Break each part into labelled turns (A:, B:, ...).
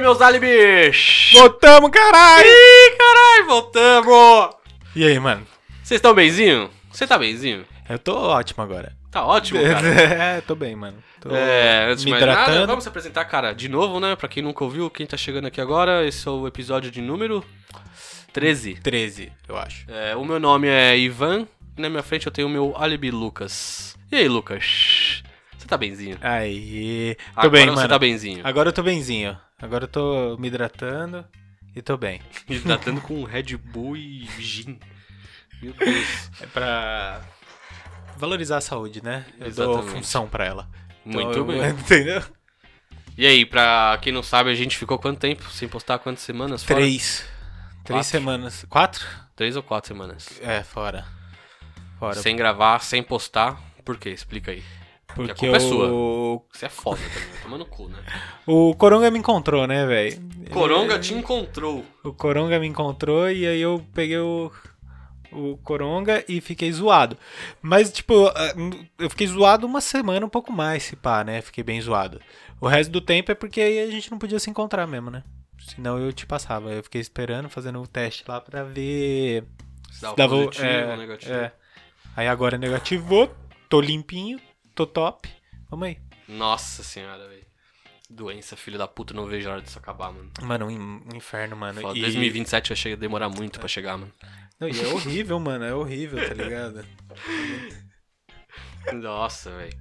A: meus alibis?
B: Voltamos, caralho!
A: Ih, caralho, voltamos!
B: E aí, mano?
A: Vocês estão benzinho? Você tá benzinho?
B: Eu tô ótimo agora.
A: Tá ótimo, cara.
B: É, tô bem, mano. Tô
A: É, antes de
B: me
A: mais nada,
B: hidratando.
A: vamos se apresentar, cara, de novo, né? Pra quem nunca ouviu, quem tá chegando aqui agora, esse é o episódio de número 13.
B: 13, eu acho.
A: É, o meu nome é Ivan e na minha frente eu tenho o meu alibi Lucas. E aí, Lucas? Você tá benzinho?
B: Aí. Tô
A: agora
B: bem,
A: você
B: mano.
A: tá benzinho.
B: Agora eu tô benzinho. Agora eu tô me hidratando e tô bem.
A: Hidratando
B: um
A: com Red Bull e gin. Meu Deus.
B: É pra valorizar a saúde, né? Eu dou
A: Exatamente.
B: função pra ela. Então
A: Muito
B: eu-
A: bem.
B: Entendeu?
A: E aí, pra quem não sabe, a gente ficou quanto tempo sem postar? Quantas semanas? fora?
B: Três.
A: Quatro.
B: Três semanas. Quatro?
A: Três ou quatro semanas.
B: É, fora. Fora.
A: Sem gravar, sem postar. Por quê? Explica aí.
B: porque
A: culpa é sua.
B: o...
A: Você é foda também, vai tomar no cu, né?
B: o Coronga me encontrou, né, velho?
A: Coronga te encontrou.
B: O Coronga me encontrou e aí eu peguei o, o Coronga e fiquei zoado. Mas, tipo, ah, n- eu fiquei zoado uma semana, um pouco mais, se pá, né? Fiquei bem zoado. O resto do tempo é porque aí a gente não podia se encontrar mesmo, né? Senão eu te passava. Eu fiquei esperando, fazendo o teste lá pra ver.
A: Se dá
B: se
A: o
B: dava o-
A: positivo, né,
B: é,
A: negativo.
B: é. Aí agora negativou, tô limpinho, tô top. Vamos aí.
A: Nossa senhora, velho. Doença, filho da puta, não vejo a hora disso acabar, mano.
B: Mano, um in- inferno, mano.
A: Foda,
B: E-
A: 2027 vai chegar- demorar muito pra chegar, mano.
B: Não, e é horrível, mano. É horrível, tá ligado?
A: Nossa, velho.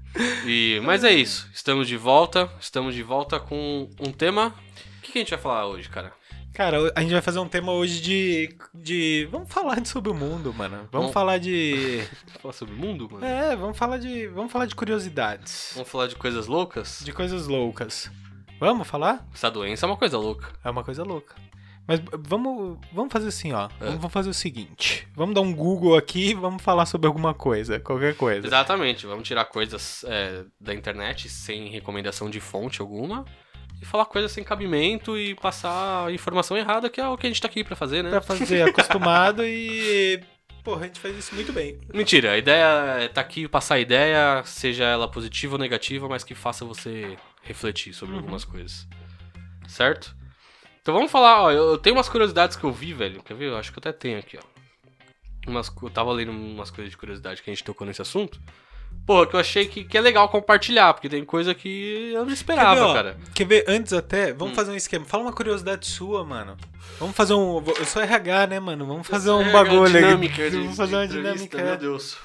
A: E- Mas é isso. Estamos de volta. Estamos de volta com um tema. O que, que a gente vai falar hoje, cara?
B: Cara, a gente vai fazer um tema hoje de. de vamos falar de sobre o mundo, mano. Vamos
A: Vamos.
B: falar de.
A: Falar sobre o mundo, mano?
B: É, vamos falar de. Vamos falar de curiosidades.
A: Vamos falar de coisas loucas?
B: De coisas loucas. Vamos falar?
A: Essa doença é uma coisa louca.
B: É uma coisa louca. Mas b- vamos, vamos fazer assim, ó.
A: É.
B: Vamos- Vamos fazer o seguinte. Vamos dar um Google aqui e vamos falar sobre alguma coisa, qualquer coisa.
A: Exatamente. Vamos tirar coisas é, da internet sem recomendação de fonte alguma. E falar coisas sem cabimento e passar informação errada, que é o que a gente tá aqui pra fazer, né?
B: Pra fazer acostumado e. Porra, a gente faz isso muito bem.
A: Mentira, a ideia é tá aqui passar a ideia, seja ela positiva ou negativa, mas que faça você refletir sobre
B: Uhum.
A: algumas coisas. Certo? Então vamos falar, ó, eu eu tenho umas curiosidades que eu vi, velho. Quer ver? Eu acho que eu até tenho aqui, ó. Umas, co- eu tava lendo umas coisas de curiosidade que a gente tocou nesse assunto. Porra, que eu achei que, que é legal compartilhar, porque tem coisa que eu não esperava,
B: quer ver, ó,
A: cara. Hum.
B: Quer ver? Antes até, vamos fazer um esquema. Fala uma curiosidade sua, mano. Vamos fazer um. Eu sou RH, né, mano? Vamos fazer um
A: É,
B: bagulho aí.
A: dinâmica de-
B: Vamos fazer uma
A: de entrevista,
B: dinâmica. é.
A: Meu Deus.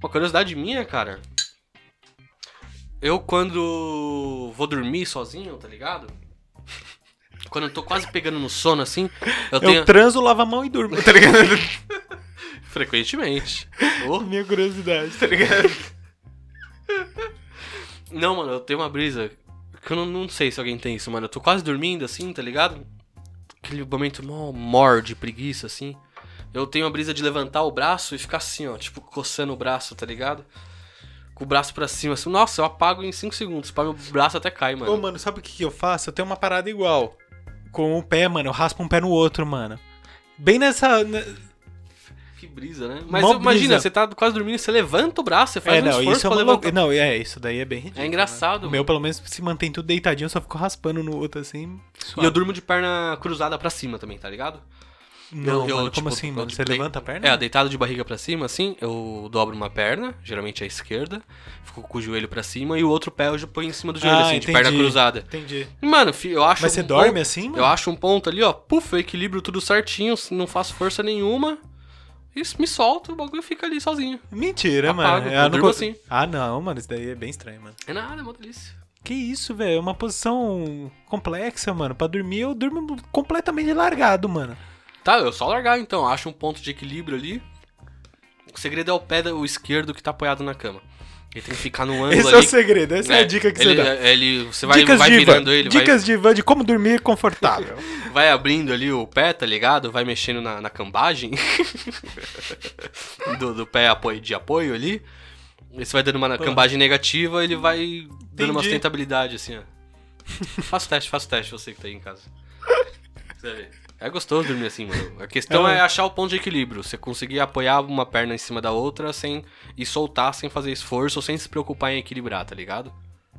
A: Uma curiosidade minha, cara. Eu quando vou dormir sozinho, tá ligado? Quando eu tô quase pegando no sono assim, eu
B: Eu
A: tenho.
B: transo, lavo a mão e durmo, tá ligado?
A: Frequentemente. Oh.
B: Minha curiosidade, tá ligado?
A: Não, mano, eu tenho uma brisa. Que eu não, não sei se alguém tem isso, mano. Eu tô quase dormindo assim, tá ligado? Aquele momento mó mor de preguiça, assim. Eu tenho a brisa de levantar o braço e ficar assim, ó, tipo, coçando o braço, tá ligado? Com o braço pra cima, assim. Nossa, eu apago em 5 segundos. Pá, meu braço até cai, mano.
B: Ô, mano, sabe o que que eu faço? Eu tenho uma parada igual. Com o pé, mano, eu raspo um pé no outro, mano. Bem nessa. né, na-
A: Que brisa, né? Mas
B: Mó
A: eu- imagina,
B: brisa.
A: você tá quase dormindo, você levanta o braço, você faz
B: É,
A: um
B: não,
A: esforço
B: isso
A: pra
B: é uma
A: levantar.
B: loucura. Não, é, isso daí é bem ridículo.
A: É engraçado,
B: Mano. O
A: mano.
B: meu, pelo menos, se mantém tudo deitadinho, eu só fico raspando no outro assim.
A: E eu durmo de perna cruzada pra cima também, tá ligado? Eu-
B: Não,
A: eu,
B: mano, como
A: tipo,
B: assim,
A: eu
B: mano? Você
A: dei-
B: levanta a perna?
A: É, deitado de barriga pra cima, assim, eu dobro uma perna, geralmente a esquerda, fico com o joelho pra cima e o outro pé eu já ponho em cima do joelho,
B: Ah,
A: assim, de
B: entendi.
A: perna cruzada.
B: Entendi.
A: Mano, fi- eu acho.
B: Mas você
A: um
B: dorme
A: ponto-
B: assim, mano?
A: Eu acho um ponto ali, ó, puf, eu equilibro tudo certinho, não faço força nenhuma, e me solto, o bagulho fica ali sozinho.
B: Mentira,
A: Apago,
B: mano.
A: eu durmo
B: consigo-
A: assim.
B: Ah, não, mano, isso daí é bem estranho, mano.
A: É nada, é uma delícia.
B: Que isso, velho? É uma posição complexa, mano. Pra dormir, eu durmo completamente largado, mano.
A: Tá, eu só largar então, eu acho um ponto de equilíbrio ali. O segredo é o pé da- o esquerdo que tá apoiado na cama. Ele tem que ficar no ângulo
B: Esse é o
A: ali.
B: segredo, essa é, a dica que
A: ele,
B: você dá.
A: Ele, você vai,
B: Dicas
A: vai
B: diva.
A: virando ele, vai-
B: Dicas diva de como dormir confortável.
A: vai abrindo ali o pé, tá ligado? Vai mexendo na, na cambagem do, do pé apoio, de apoio ali. E você vai dando uma cambagem negativa, ele vai dando uma
B: Entendi.
A: sustentabilidade, assim, ó. faça o teste, faça o teste, você que tá aí em casa. Você vai ver. É gostoso dormir assim, mano. A questão é,
B: É.
A: achar o ponto de equilíbrio. Você conseguir apoiar uma perna em cima da outra sem e soltar sem fazer esforço, sem se preocupar em equilibrar, tá ligado?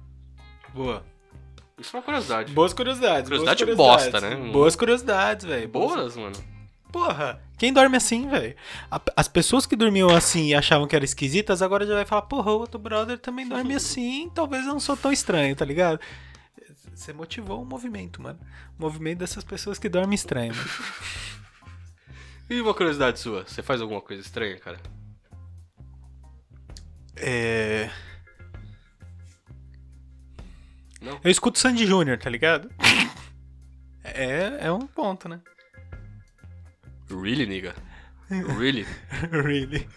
B: Boa.
A: Isso é uma curiosidade.
B: Boas curiosidades.
A: Curiosidade
B: boas
A: bosta,
B: curiosidades.
A: né?
B: Boas curiosidades, velho.
A: Boas, mano.
B: Porra, quem dorme assim, velho? A- As pessoas que dormiam assim e achavam que eram esquisitas, agora já vai falar, porra, o outro brother também dorme assim, talvez eu não sou tão estranho, tá ligado? Você motivou o movimento, mano. O movimento dessas pessoas que dormem estranho. mano.
A: E uma curiosidade sua? Você faz alguma coisa estranha, cara?
B: É...
A: Não?
B: Eu escuto Sandy Júnior, tá ligado? É, é um ponto, né?
A: Really, nigga? Really?
B: really.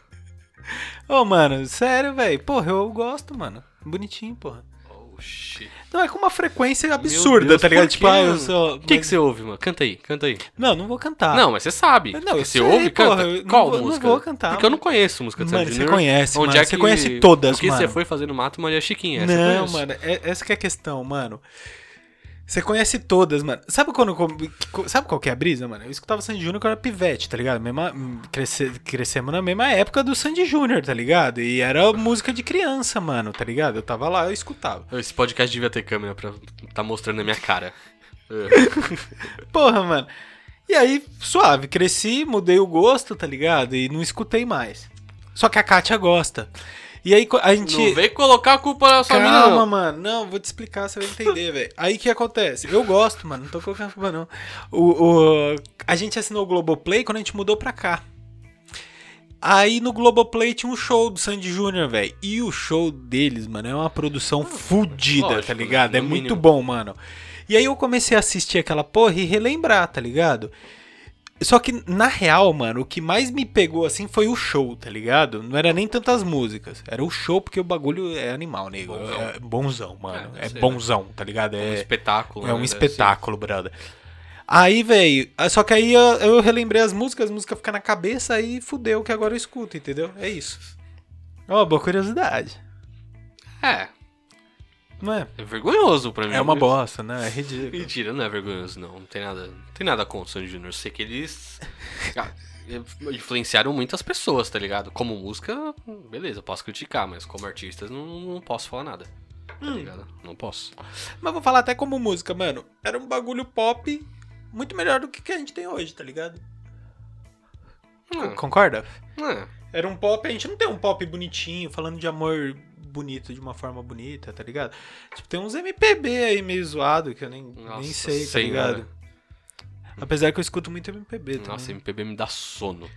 B: Ô, mano, sério, velho. Porra, eu gosto, mano. Bonitinho, porra.
A: Oh, shit.
B: Não, é com uma frequência
A: Meu
B: absurda,
A: Deus,
B: tá ligado?
A: por
B: Tipo,
A: quê,
B: ah, eu
A: mano?
B: sou.
A: O que, que você ouve, mano? Canta aí, canta aí.
B: Não, não vou cantar.
A: Não, mas você sabe.
B: Não, eu
A: você
B: sei,
A: ouve,
B: porra,
A: canta.
B: eu não
A: Qual
B: vou- não
A: música?
B: vou cantar,
A: Porque eu não
B: mano.
A: conhece música de
B: Mano,
A: Sandy
B: você
A: Júnior.
B: conhece,
A: Onde
B: mano,
A: é
B: você
A: que-
B: conhece todas,
A: O que você
B: mano.
A: foi fazer no mato, Maria Chiquinha? essa eu
B: Não,
A: conheço.
B: mano, é- essa que é a questão, mano. Você conhece todas, mano. Sabe quando. com- co- Sabe qual que é a brisa, mano? Eu escutava Sandy Júnior quando eu era pivete, tá ligado? Mesma, hum, cresce- crescemos na mesma época do Sandy Júnior, tá ligado? E era música de criança, mano, tá ligado? Eu tava lá, eu escutava.
A: Esse podcast devia ter câmera pra tá mostrando a minha cara.
B: Porra, mano. E aí, suave, cresci, mudei o gosto, tá ligado? E não escutei mais. Só que a Kátia gosta. E aí co- a gente.
A: Não vem colocar a culpa na sua mina,
B: Calma,
A: não.
B: mano. Não, vou te explicar, você vai entender, velho. Aí o que acontece? Eu gosto, mano. Não tô colocando culpa, não. O, o- a gente assinou o Globoplay quando a gente mudou pra cá. Aí no Globoplay tinha um show do Sandy Júnior, velho. E o show deles, mano, é uma produção fudida,
A: Hum, lógico,
B: tá
A: né?
B: ligado? É
A: No
B: muito
A: mínimo.
B: bom, mano. E aí eu comecei a assistir aquela porra e relembrar, tá ligado? Só que, na real, mano, o que mais me pegou assim foi o show, tá ligado? Não era nem tantas músicas. Era o show, porque o bagulho é animal, nego.
A: Bonzão.
B: É bonzão, mano.
A: deve
B: É,
A: ser, né?
B: bonzão, tá ligado?
A: É um
B: É,
A: espetáculo.
B: é
A: né,
B: um
A: deve
B: espetáculo, brother. Aí, velho, só que aí eu, eu relembrei as músicas, as músicas ficam na cabeça aí fudeu que agora eu escuto, entendeu? É isso. Ó, boa curiosidade.
A: ser. É,
B: Não é?
A: é vergonhoso pra mim.
B: É uma
A: né?
B: bosta, né? É ridículo.
A: Mentira, não é vergonhoso, não. Não tem nada, não tem nada contra o Sandy Júnior. Eu sei que eles ah, influenciaram muitas pessoas, tá ligado? Como música, beleza, eu posso criticar, mas como artista, não, não posso falar nada. Tá
B: Hum.
A: ligado? Não posso.
B: Mas vou falar até como música, mano. Era um bagulho pop muito melhor do que que a gente tem hoje, tá ligado? Hum.
A: Não,
B: Concorda?
A: não.
B: Era um pop, a gente não tem um pop bonitinho, falando de amor bonito de uma forma bonita, tá ligado? Tipo, tem uns MPB aí meio zoado que eu nem,
A: Nossa
B: nem sei, tá
A: Senhora.
B: ligado? Apesar que eu escuto muito MPB também.
A: Nossa, MPB me dá sono.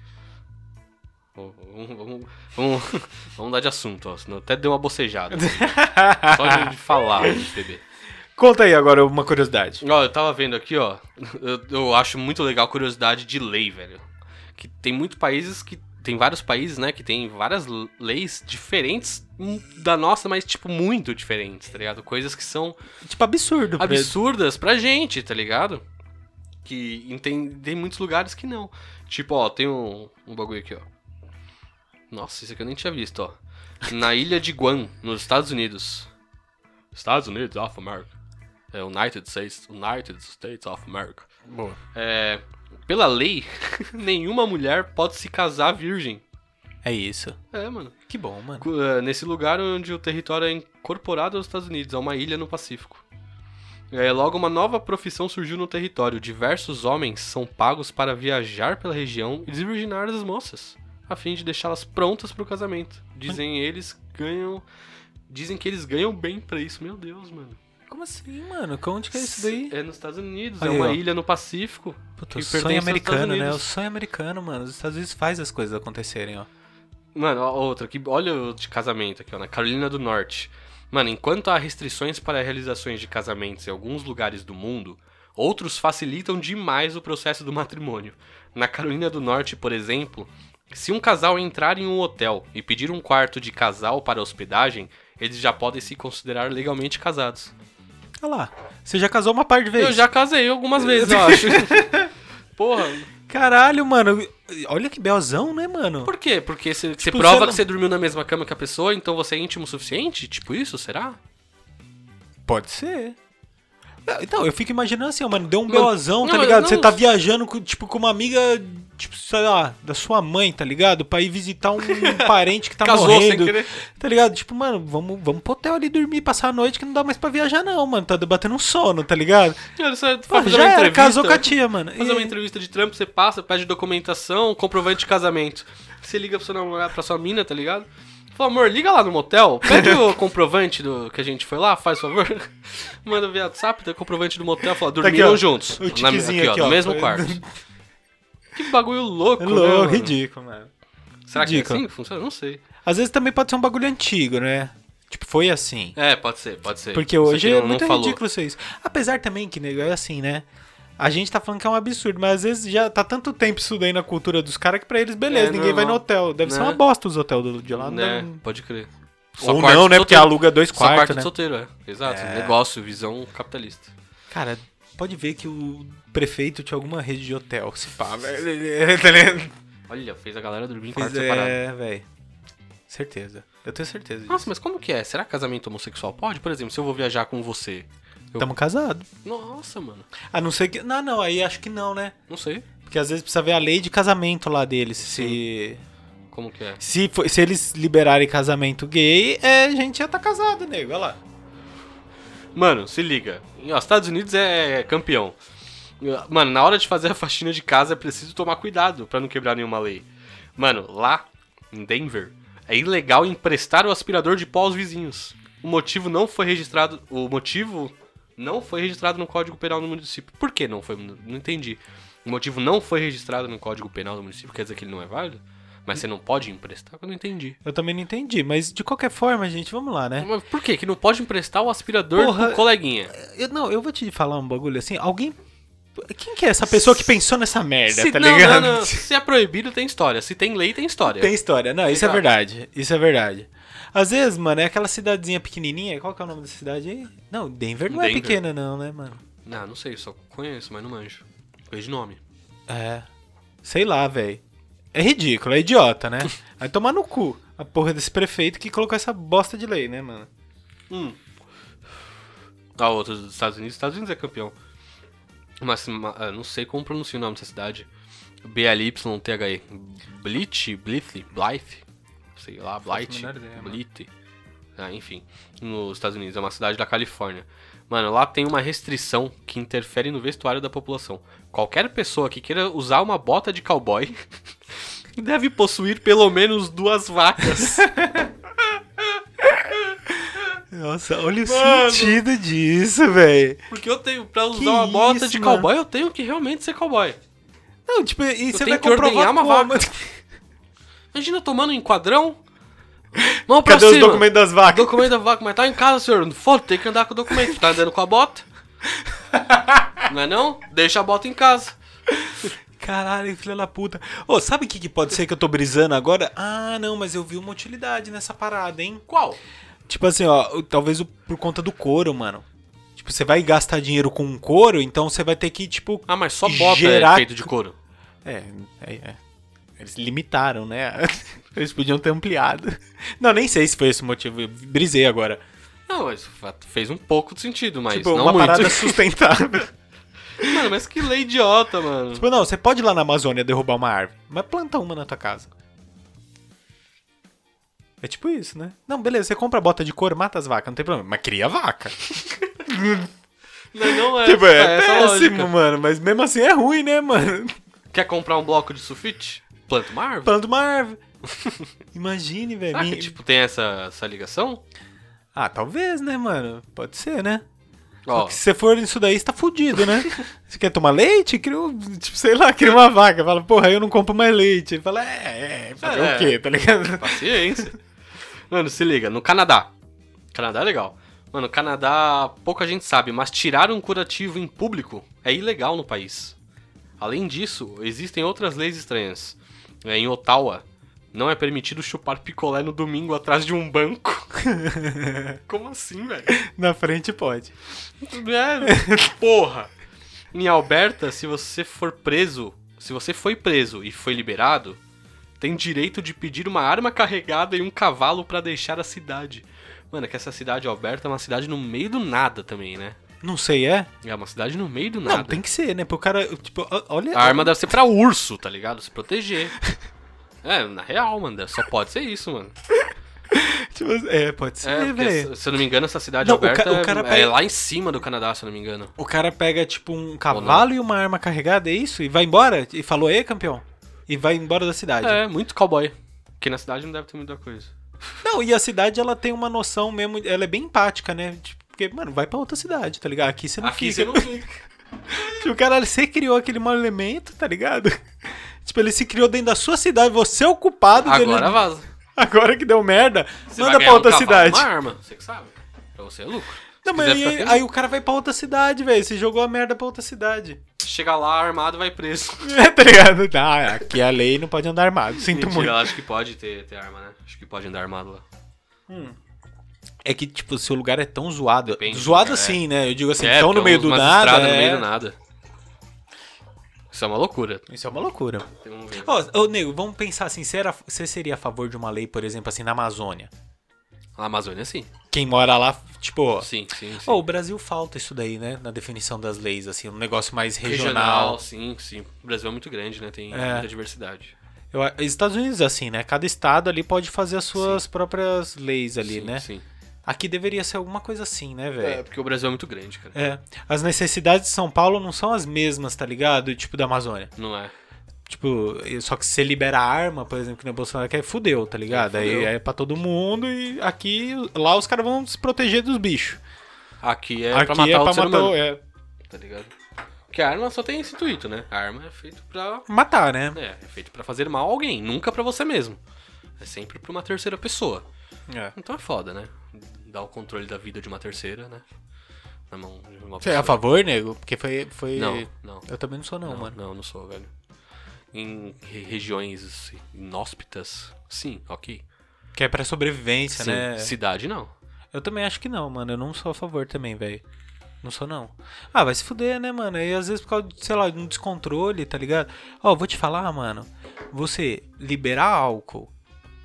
A: Ó, Vamos, vamos, vamos, vamos dar de assunto, ó. Senão até deu uma bocejada. tá Só de falar de MPB.
B: Conta aí agora uma curiosidade.
A: Ó, eu tava vendo aqui, ó. Eu, eu acho muito legal a curiosidade de lei, velho. Que tem muitos países que. Tem vários países, né, que tem várias l- leis diferentes hum, da nossa, mas, tipo, muito diferentes, tá ligado? Coisas que são
B: Tipo, absurdo. pra-
A: absurdas pra gente, tá ligado? Que em- tem, tem muitos lugares que não. Tipo, ó, tem um, um bagulho aqui, ó. Nossa, isso aqui eu nem tinha visto, ó. Na ilha de Guam, nos Estados Unidos. Estados Unidos of America. É, United States, United States of America.
B: Boa.
A: É, pela lei, nenhuma mulher pode se casar virgem.
B: É isso.
A: É, mano.
B: Que bom, mano.
A: Cu- eh, Nesse lugar onde o território é incorporado aos Estados Unidos, a uma ilha no Pacífico. É, logo, uma nova profissão surgiu no território. Diversos homens são pagos para viajar pela região e desvirginar as moças, a fim de deixá-las prontas para o casamento. Dizem eles ganham. Dizem que eles ganham bem pra isso. Meu Deus, mano.
B: Como assim, mano? Onde que é isso daí?
A: É nos Estados Unidos,
B: Aí,
A: é uma
B: ó.
A: ilha no Pacífico. que
B: Puta, o
A: pertence
B: sonho
A: aos
B: americano,
A: Estados
B: né? O
A: Unidos.
B: sonho americano, mano. Os Estados Unidos faz as coisas acontecerem, ó.
A: Mano, ó, outra aqui. Olha o de casamento aqui, ó, na Carolina do Norte. Mano, enquanto há restrições para realizações de casamentos em alguns lugares do mundo, outros facilitam demais o processo do matrimônio. Na Carolina do Norte, por exemplo, se um casal entrar em um hotel e pedir um quarto de casal para hospedagem, eles já podem se considerar legalmente casados.
B: Olha lá. Você já casou uma par de vezes.
A: Eu já casei algumas vezes, eu acho. Porra,
B: Caralho, mano. Olha que belzão, né, mano?
A: por quê? Porque você você
B: Tipo,
A: prova
B: você não-
A: que você dormiu na mesma cama que a pessoa, então você é íntimo o suficiente? Tipo isso, será?
B: Pode ser. Então, eu fico imaginando assim, ó, mano, deu um
A: Não,
B: belozão, tá
A: não,
B: ligado?
A: não.
B: Você tá viajando, com, tipo, com uma amiga, tipo, sei lá, da sua mãe, tá ligado? Pra ir visitar um parente que tá
A: Casou sem
B: morrendo.
A: querer.
B: Tá ligado? Tipo, mano, vamos, vamos pro hotel ali dormir, passar a noite que não dá mais pra viajar não, mano. Tá batendo um sono, tá ligado?
A: Cara, você vai
B: Pô,
A: fazer
B: já
A: uma
B: era,
A: entrevista.
B: casou com a tia, mano.
A: Fazer
B: E-
A: uma entrevista de trampo, você passa, pede documentação, comprovante de casamento. Você liga pro seu namorado, pra sua mina, tá ligado? Fala, amor, liga lá no motel, pede o comprovante do que a gente foi lá, faz favor. Manda via WhatsApp, tem o comprovante do motel, fala,
B: Tá aqui,
A: dormiram
B: ó,
A: juntos.
B: o tiquezinho aqui, ó,
A: no mesmo
B: foi-
A: quarto. que bagulho louco,
B: É
A: né,
B: louco,
A: mano?
B: ridículo, mano.
A: Será que é
B: ridículo.
A: assim que funciona? Não sei.
B: Às vezes também pode ser um bagulho antigo, né? Tipo, foi assim.
A: É, pode ser, pode ser.
B: Porque
A: Isso aqui
B: hoje é
A: não- não
B: muito
A: falou.
B: ridículo ser isso. Apesar também que, nego, é assim, né? A gente tá falando que é um absurdo, mas às vezes já tá tanto tempo isso daí na cultura dos caras que pra eles, beleza,
A: É,
B: ninguém vai no
A: normal.
B: hotel. Deve ser
A: Né?
B: uma bosta os hotel do- de lá. não
A: Né,
B: deve-
A: pode crer. Só
B: Ou
A: quarto
B: não,
A: de
B: né? Porque
A: solteiro.
B: aluga dois
A: Só quarto
B: quartos,
A: de
B: né?
A: solteiro, é. Exato.
B: É.
A: Negócio, visão capitalista.
B: Cara, pode ver que o prefeito tinha alguma rede de hotel, se pá, velho. Ele- tá ligado?
A: Olha, fez a galera dormir em quarto
B: Pois
A: separado.
B: é, velho. Certeza. Eu tenho certeza disso.
A: Nossa, mas como que é? Será que casamento homossexual pode? Por exemplo, se eu vou viajar com você. eu-
B: Tamo casado.
A: Nossa, mano.
B: A não ser que... Não, não, aí acho que não, né?
A: Não sei
B: Porque às vezes precisa ver a lei de casamento lá deles. Se...
A: como que é.
B: Se, for- se eles liberarem casamento gay, é, a gente já tá casado, nego. Olha lá.
A: Mano, se liga. Ó, Estados Unidos é campeão. Mano, na hora de fazer a faxina de casa é preciso tomar cuidado pra não quebrar nenhuma lei. Mano, lá em Denver é ilegal emprestar o aspirador de pó aos vizinhos. O motivo não foi registrado. O motivo não foi registrado no Código Penal do município. Por que não foi? Não entendi. O motivo não foi registrado no Código Penal do município quer dizer que ele não é válido? Mas você não pode emprestar? Eu não entendi.
B: Eu também não entendi, mas de qualquer forma, gente, vamos lá, né?
A: Mas por que? Que não pode emprestar o aspirador
B: Porra.
A: pro coleguinha?
B: Eu, não, eu vou te falar um bagulho assim. Alguém. Quem que é essa pessoa que pensou nessa merda,
A: Se,
B: tá
A: não,
B: ligado?
A: não, não. Se é proibido, tem história. Se tem lei, tem história.
B: Tem história. Não, isso é
A: Exato.
B: verdade. Isso é verdade. Às vezes, mano, é aquela cidadezinha pequenininha. Qual que é o nome da cidade aí? Não, Denver não é
A: Denver.
B: pequena, não, né, mano?
A: Não, não sei, só conheço, mas não manjo. Conheço de nome.
B: É. Sei lá, velho. É ridículo, é idiota, né? Vai tomar no cu a porra desse prefeito que colocou essa bosta de lei, né, mano?
A: Ah, outro dos Estados Unidos. Estados Unidos é campeão. Mas ma- ah, não sei como pronuncia o nome dessa cidade. BLYTHE. Bleach? Blythe? Blythe? Sei lá, Blight.
B: menor ideia, mano.
A: Blythe. Ah, enfim. Nos Estados Unidos. É uma cidade da Califórnia. Mano, lá tem uma restrição que interfere no vestuário da população. Qualquer pessoa que queira usar uma bota de cowboy deve possuir pelo menos duas vacas.
B: Nossa, olha o
A: Mano.
B: sentido disso, velho.
A: Porque eu tenho, pra usar
B: Que
A: uma bota
B: isso,
A: de
B: mano.
A: cowboy, eu tenho que realmente ser cowboy.
B: Não, tipo, e você
A: tenho
B: vai
A: que
B: comprovar
A: ordenhar uma
B: como?
A: Imagina eu tomando um quadrão. Mão pra
B: Cadê
A: cima.
B: os documentos das vacas?
A: Documento da vaca, mas tá em casa, senhor. Foda, tem que andar com o documento. Tá andando com a bota. Não é não? Deixa a bota em casa.
B: Caralho, filha da puta. Ô, sabe o que, que pode ser que eu tô brisando agora? Ah, não, mas eu vi uma utilidade nessa parada, hein?
A: Qual?
B: Tipo assim, ó, o- talvez o- por conta do couro, mano. Tipo, você vai gastar dinheiro com um couro, então você vai ter que, tipo.
A: Ah, mas só bota
B: Gerar-
A: é feito de couro.
B: É, é, é. Eles limitaram, né? Eles podiam ter ampliado. Não, nem sei se foi esse o motivo. Eu brisei agora.
A: Não, mas fez um pouco de sentido, mas
B: tipo,
A: não
B: uma
A: muito.
B: parada sustentável.
A: Mano, mas que lei idiota, mano.
B: tipo, não, você pode ir lá na Amazônia derrubar uma árvore, mas planta uma na tua casa. É tipo isso, né? Não, beleza, você compra bota de couro, mata as vacas, não tem problema. Mas cria vaca.
A: Não, não é.
B: tipo,
A: é
B: é,
A: essa
B: péssimo,
A: lógica.
B: mano. Mas mesmo assim é ruim, né, mano?
A: Quer comprar um bloco de sulfite? Planta uma árvore.
B: Planta uma árvore. Imagine, velho.
A: Será que,
B: Min-
A: tipo, tem essa, essa ligação?
B: Ah, talvez, né, mano? Pode ser, né?
A: Ó,
B: Porque se você for nisso daí, você tá fudido, né? você quer tomar leite? Cria um, tipo, sei lá, cria uma vaca. Fala, porra, eu não compro mais leite. Ele Fala, é, é, fazer
A: É.
B: o quê, tá ligado?
A: Paciência. Mano, se liga, no Canadá. Canadá é legal. Mano, Canadá, pouca gente sabe, mas tirar um curativo em público é ilegal no país. Além disso, existem outras leis estranhas. É, em Ottawa, não é permitido chupar picolé no domingo atrás de um banco. Como assim, velho?
B: Na frente pode.
A: É, porra. Em Alberta, se você for preso, se você foi preso e foi liberado, tem direito de pedir uma arma carregada e um cavalo pra deixar a cidade. Mano, é que essa cidade, Alberta, é uma cidade no meio do nada também, né?
B: Não sei, é?
A: É uma cidade no meio do
B: Não,
A: nada.
B: tem que ser, né? Porque o cara, tipo, o- olha.
A: A arma deve ser pra urso, tá ligado? Se proteger. É, na real, mano, só pode ser isso, mano.
B: Tipo, é, pode ser,
A: É, porque,
B: velho.
A: se- se eu não me engano, essa cidade
B: Não, o ca-
A: aberta
B: o cara
A: é,
B: pega-
A: é lá em cima do Canadá, se eu não me engano.
B: O cara pega, tipo, um cavalo e uma arma carregada, é isso? E vai embora? E falou, ei, campeão. E vai embora da cidade.
A: É, muito cowboy. Porque na cidade não deve ter muita coisa.
B: Não, e a cidade, ela tem uma noção mesmo, ela é bem empática, né? Tipo, porque, mano, vai pra outra cidade, tá ligado? Aqui você não
A: Aqui
B: fica.
A: você não fica.
B: Tipo, caralho, você criou aquele mau elemento, tá ligado? Tipo, ele se criou dentro da sua cidade, você é o culpado
A: Agora
B: dele.
A: vaza.
B: Agora que deu merda,
A: Você vai
B: manda pra
A: ganhar um
B: outra
A: cavalo,
B: cidade.
A: Uma arma, você que sabe. Pra você é lucro.
B: Não,
A: Se
B: mas
A: quiser
B: aí,
A: ficar feliz.
B: aí o cara vai pra outra cidade, velho. Você jogou a merda pra outra cidade.
A: Chega lá armado vai preso.
B: É, tá ligado? Ah, aqui a lei não pode andar armado. Sinto
A: Mentira,
B: muito.
A: eu acho que pode ter, ter arma, né? Acho que pode andar armado lá.
B: É que, tipo, seu lugar é tão zoado.
A: Depende,
B: zoado
A: né?
B: assim, né? Eu digo assim,
A: É,
B: tão no
A: porque
B: meio
A: uns
B: do
A: magistrados
B: nada.
A: no
B: é.
A: meio do nada. Isso é uma loucura.
B: Isso é uma loucura.
A: Tem um-
B: Ô, ô, nego, vamos pensar assim, você, era, você seria a favor de uma lei, por exemplo, assim, na Amazônia?
A: A Amazônia, sim.
B: Quem mora lá, tipo...
A: Sim, sim, sim.
B: Ô, o Brasil falta isso daí, né? Na definição das leis, assim, um negócio mais regional.
A: regional. sim, sim. O Brasil é muito grande, né? Tem
B: É.
A: muita diversidade.
B: Eu a- Estados Unidos, assim, né? Cada estado ali pode fazer as suas próprias leis ali,
A: sim,
B: né?
A: Sim.
B: Aqui deveria ser alguma coisa assim, né,
A: É,
B: velho?
A: porque o Brasil é muito grande, cara.
B: É. As necessidades de São Paulo não são as mesmas, tá ligado? Tipo, da Amazônia.
A: Não é?
B: Tipo, só que se você libera a arma, por exemplo, que nem o Bolsonaro quer, fudeu, tá ligado?
A: É,
B: Aí
A: fudeu.
B: é pra todo mundo e aqui, lá os caras vão se proteger dos bichos.
A: Aqui é
B: aqui
A: pra matar
B: é
A: o
B: pra
A: ser
B: matar,
A: humano,
B: o- é,
A: tá ligado? Porque a arma só tem esse intuito, né? A arma é feita pra...
B: matar, né?
A: É, é feito pra fazer mal a alguém, nunca pra você mesmo. É sempre pra uma terceira pessoa.
B: É.
A: Então é foda, né? Dar o controle da vida de uma terceira, né? Na mão de uma
B: Você é
A: pessoa.
B: a favor, nego? Porque foi. foi...
A: Não, não.
B: Eu também não sou, não,
A: Não,
B: mano.
A: não, não sou, velho. Em re- regiões inóspitas, sim, ok.
B: Que é pra sobrevivência,
A: Sim,
B: né?
A: cidade não.
B: Eu também acho que não, mano. Eu não sou a favor também, velho. Não sou, não. Ah, vai se fuder, né, mano? E às vezes por causa, de, sei lá, de um descontrole, tá ligado? Ó, vou te falar, mano. Você liberar álcool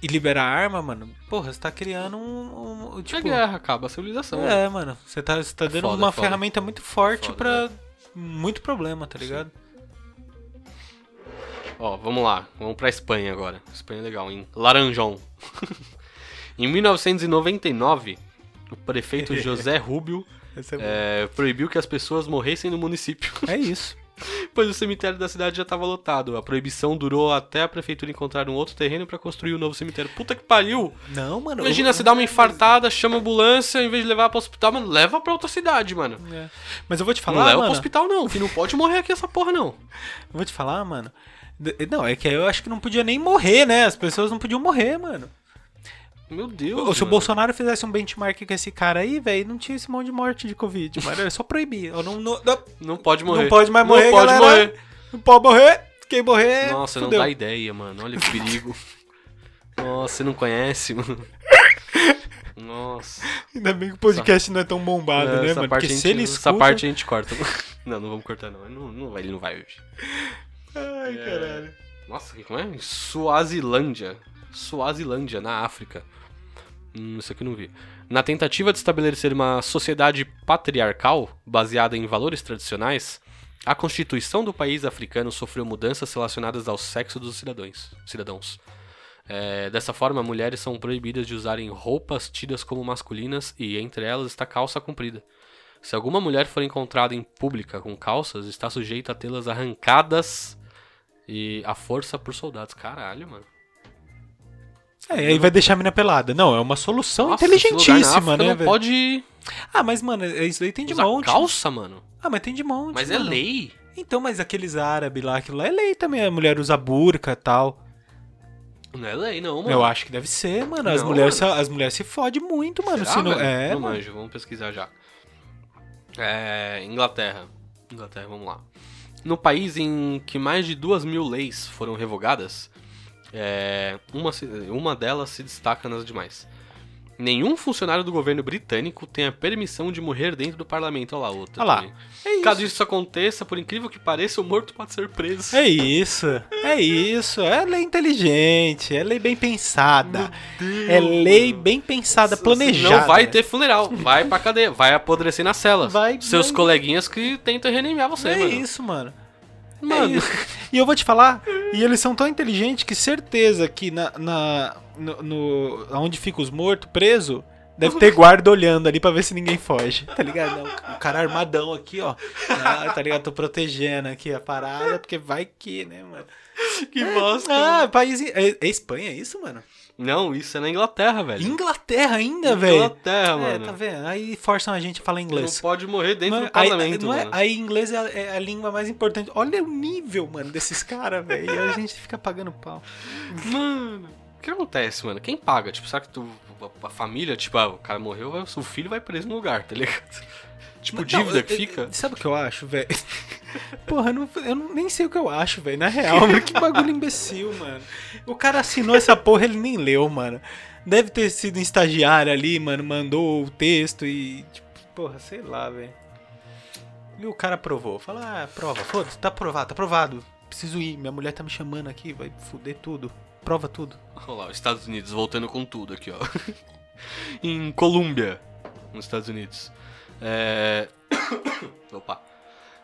B: e liberar arma, mano, porra, você tá criando um. um-
A: a
B: tipo,
A: É guerra acaba a civilização.
B: é, mano. Você tá, você tá dando
A: foda,
B: uma
A: então. é foda.
B: ferramenta muito forte
A: Foda, é.
B: pra muito problema, tá ligado?
A: Ó, vamos lá. Vamos pra Espanha agora. Espanha é legal, em Laranjão. em 1999, o prefeito José Rubio
B: É.
A: eh, proibiu que as pessoas morressem no município,
B: é isso.
A: pois o cemitério da cidade já estava lotado. A proibição durou até a prefeitura encontrar um outro terreno pra construir o um novo cemitério. Puta que pariu!
B: Não, mano.
A: Imagina,
B: eu-
A: você um dá uma infartada, chama a ambulância, em vez de levar pro hospital, mano, leva pra outra cidade, mano.
B: É. Mas eu vou te
A: Não
B: falar,
A: leva
B: mano.
A: pro hospital, não, que não pode morrer aqui essa porra, não.
B: Eu Vou te falar, mano. D- Não, é que eu acho que não podia nem morrer, né? As pessoas não podiam morrer, mano.
A: Meu Deus.
B: Ou se o
A: mano.
B: Bolsonaro fizesse um benchmark com esse cara aí, velho, não tinha esse monte de morte de Covid, mano. Era só proibir. Eu não, não, não,
A: Não pode morrer.
B: não pode mais morrer,
A: Não pode
B: galera.
A: morrer.
B: Não pode morrer. Quem morrer,
A: Nossa,
B: fudeu.
A: não dá ideia, mano. Olha que perigo. Nossa, você não conhece, mano. Nossa.
B: Ainda bem que o podcast não é tão bombado, né, mano? Porque
A: a
B: se
A: gente-
B: ele escuta...
A: essa parte a gente corta. Não, não vamos cortar, não. Ele não, não vai, ele não vai hoje.
B: Ai,
A: É.
B: caralho.
A: Nossa, que- como é? Suazilândia. Suazilândia, na África. Hum, isso aqui eu não vi. Na tentativa de estabelecer uma sociedade patriarcal baseada em valores tradicionais, a constituição do país africano sofreu mudanças relacionadas ao sexo dos cidadãos. cidadãos. É, dessa forma, mulheres são proibidas de usarem roupas tidas como masculinas e entre elas está calça comprida. Se alguma mulher for encontrada em pública com calças, está sujeita a tê-las arrancadas e a força por soldados. Caralho, mano.
B: É, aí vai deixar a mina pelada. Não, é uma solução
A: Nossa, esse lugar na
B: inteligentíssima,
A: África
B: né,
A: não
B: velho?
A: pode
B: Ah, mas, mano, é- isso daí tem de
A: usar
B: monte.
A: calça, mano.
B: Ah, mas tem de monte,
A: Mas é
B: mano.
A: lei.
B: Então, mas aqueles árabes lá, aquilo lá é lei também. A mulher usa burca e tal.
A: Não é lei, não, mano.
B: Eu acho que deve ser, mano. As,
A: Não,
B: mulheres, se- as mulheres se fodem muito, mano.
A: Será,
B: se não,
A: velho?
B: é,
A: não
B: mano.
A: manjo, vamos pesquisar já. É, Inglaterra. Inglaterra, vamos lá. No país em que mais de duas mil leis foram revogadas, é, uma, se- uma delas se destaca nas demais. Nenhum funcionário do governo britânico tem a permissão de morrer dentro do parlamento. Olha lá, outra.
B: Olha lá.
A: também.
B: É isso.
A: Caso isso aconteça, por incrível que pareça, o morto pode ser preso.
B: É isso, é isso. É lei inteligente, é lei bem pensada. É lei bem pensada, planejada.
A: Não vai
B: né?
A: ter funeral, vai pra cadeia, vai apodrecer na cela.
B: Vai-
A: Seus
B: vai-
A: coleguinhas que tentam reanimar você,
B: É
A: mano.
B: isso, mano.
A: Mano.
B: É isso. E eu vou te falar, e eles são tão inteligentes que certeza que na, na no, no- onde fica os mortos, preso, deve ter guarda olhando ali pra ver se ninguém foge. Tá ligado? Não, o cara armadão aqui, ó. Ah, tá ligado? Tô protegendo aqui a parada, porque vai que, né, mano?
A: Que bosta.
B: Ah, país. É, é Espanha, é isso, mano?
A: Não, isso é na Inglaterra, velho.
B: Inglaterra ainda, velho.
A: Inglaterra,
B: É,
A: mano.
B: tá vendo? Aí forçam a gente a falar
A: Não
B: inglês.
A: pode morrer dentro
B: Mano,
A: do parlamento,
B: não é-
A: mano.
B: aí inglês é a, é a língua mais importante. Olha o nível, mano, desses caras, velho. E a gente fica pagando pau.
A: Mano, o que acontece, mano? Quem paga? Tipo, será que tu, a- a família, tipo, ah, o cara morreu, vai- o filho vai preso no lugar, tá ligado? Tipo,
B: Não,
A: dívida
B: eu-
A: que
B: eu-
A: fica.
B: Sabe o que eu acho, velho? Porra, eu, não, eu não- nem sei o que eu acho, velho. Na real, mano, que bagulho imbecil, mano. O cara assinou essa porra, ele nem leu, mano. Deve ter sido um estagiário ali, mano. Mandou o texto e. Tipo, porra, sei lá, velho. E o cara aprovou. Fala, ah, prova, foda-se, tá aprovado, tá aprovado. Preciso ir, minha mulher tá me chamando aqui, vai fuder tudo. Prova tudo.
A: Olha lá, os Estados Unidos voltando com tudo aqui, ó. em Colômbia, nos Estados Unidos. É... Opa.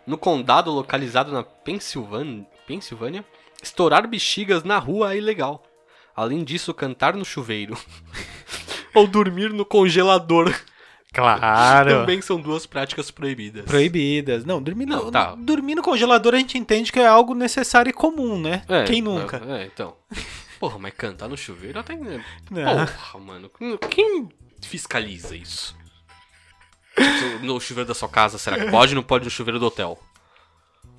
A: No condado localizado na Pensilvânia, Pensilvânia, estourar bexigas na rua é ilegal. Além disso, cantar no chuveiro ou dormir no congelador
B: Claro.
A: também são duas práticas proibidas.
B: Proibidas. Não, dormir
A: Não,
B: no,
A: tá.
B: dormir no congelador a gente entende que é algo necessário e comum, né?
A: É,
B: Quem nunca?
A: É, é, então. Porra, mas cantar no chuveiro até. é
B: Não.
A: Porra, mano. Quem fiscaliza isso? Tipo, No chuveiro da sua casa, será que pode? Não pode no chuveiro do hotel.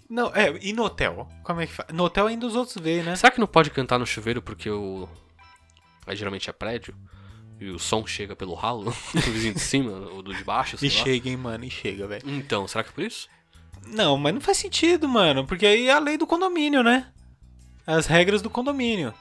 B: Não, é, e no hotel? Como é que faz? No hotel ainda os outros veem, né?
A: Será que não pode cantar no chuveiro porque o. Aí geralmente é prédio? E o som chega pelo ralo? Do vizinho de cima ou do de baixo? Sei
B: E
A: lá.
B: chega, hein, mano, e chega, velho.
A: Então, será que é por isso?
B: Não, mas não faz sentido, mano, porque aí é a lei do condomínio, né? As regras do condomínio.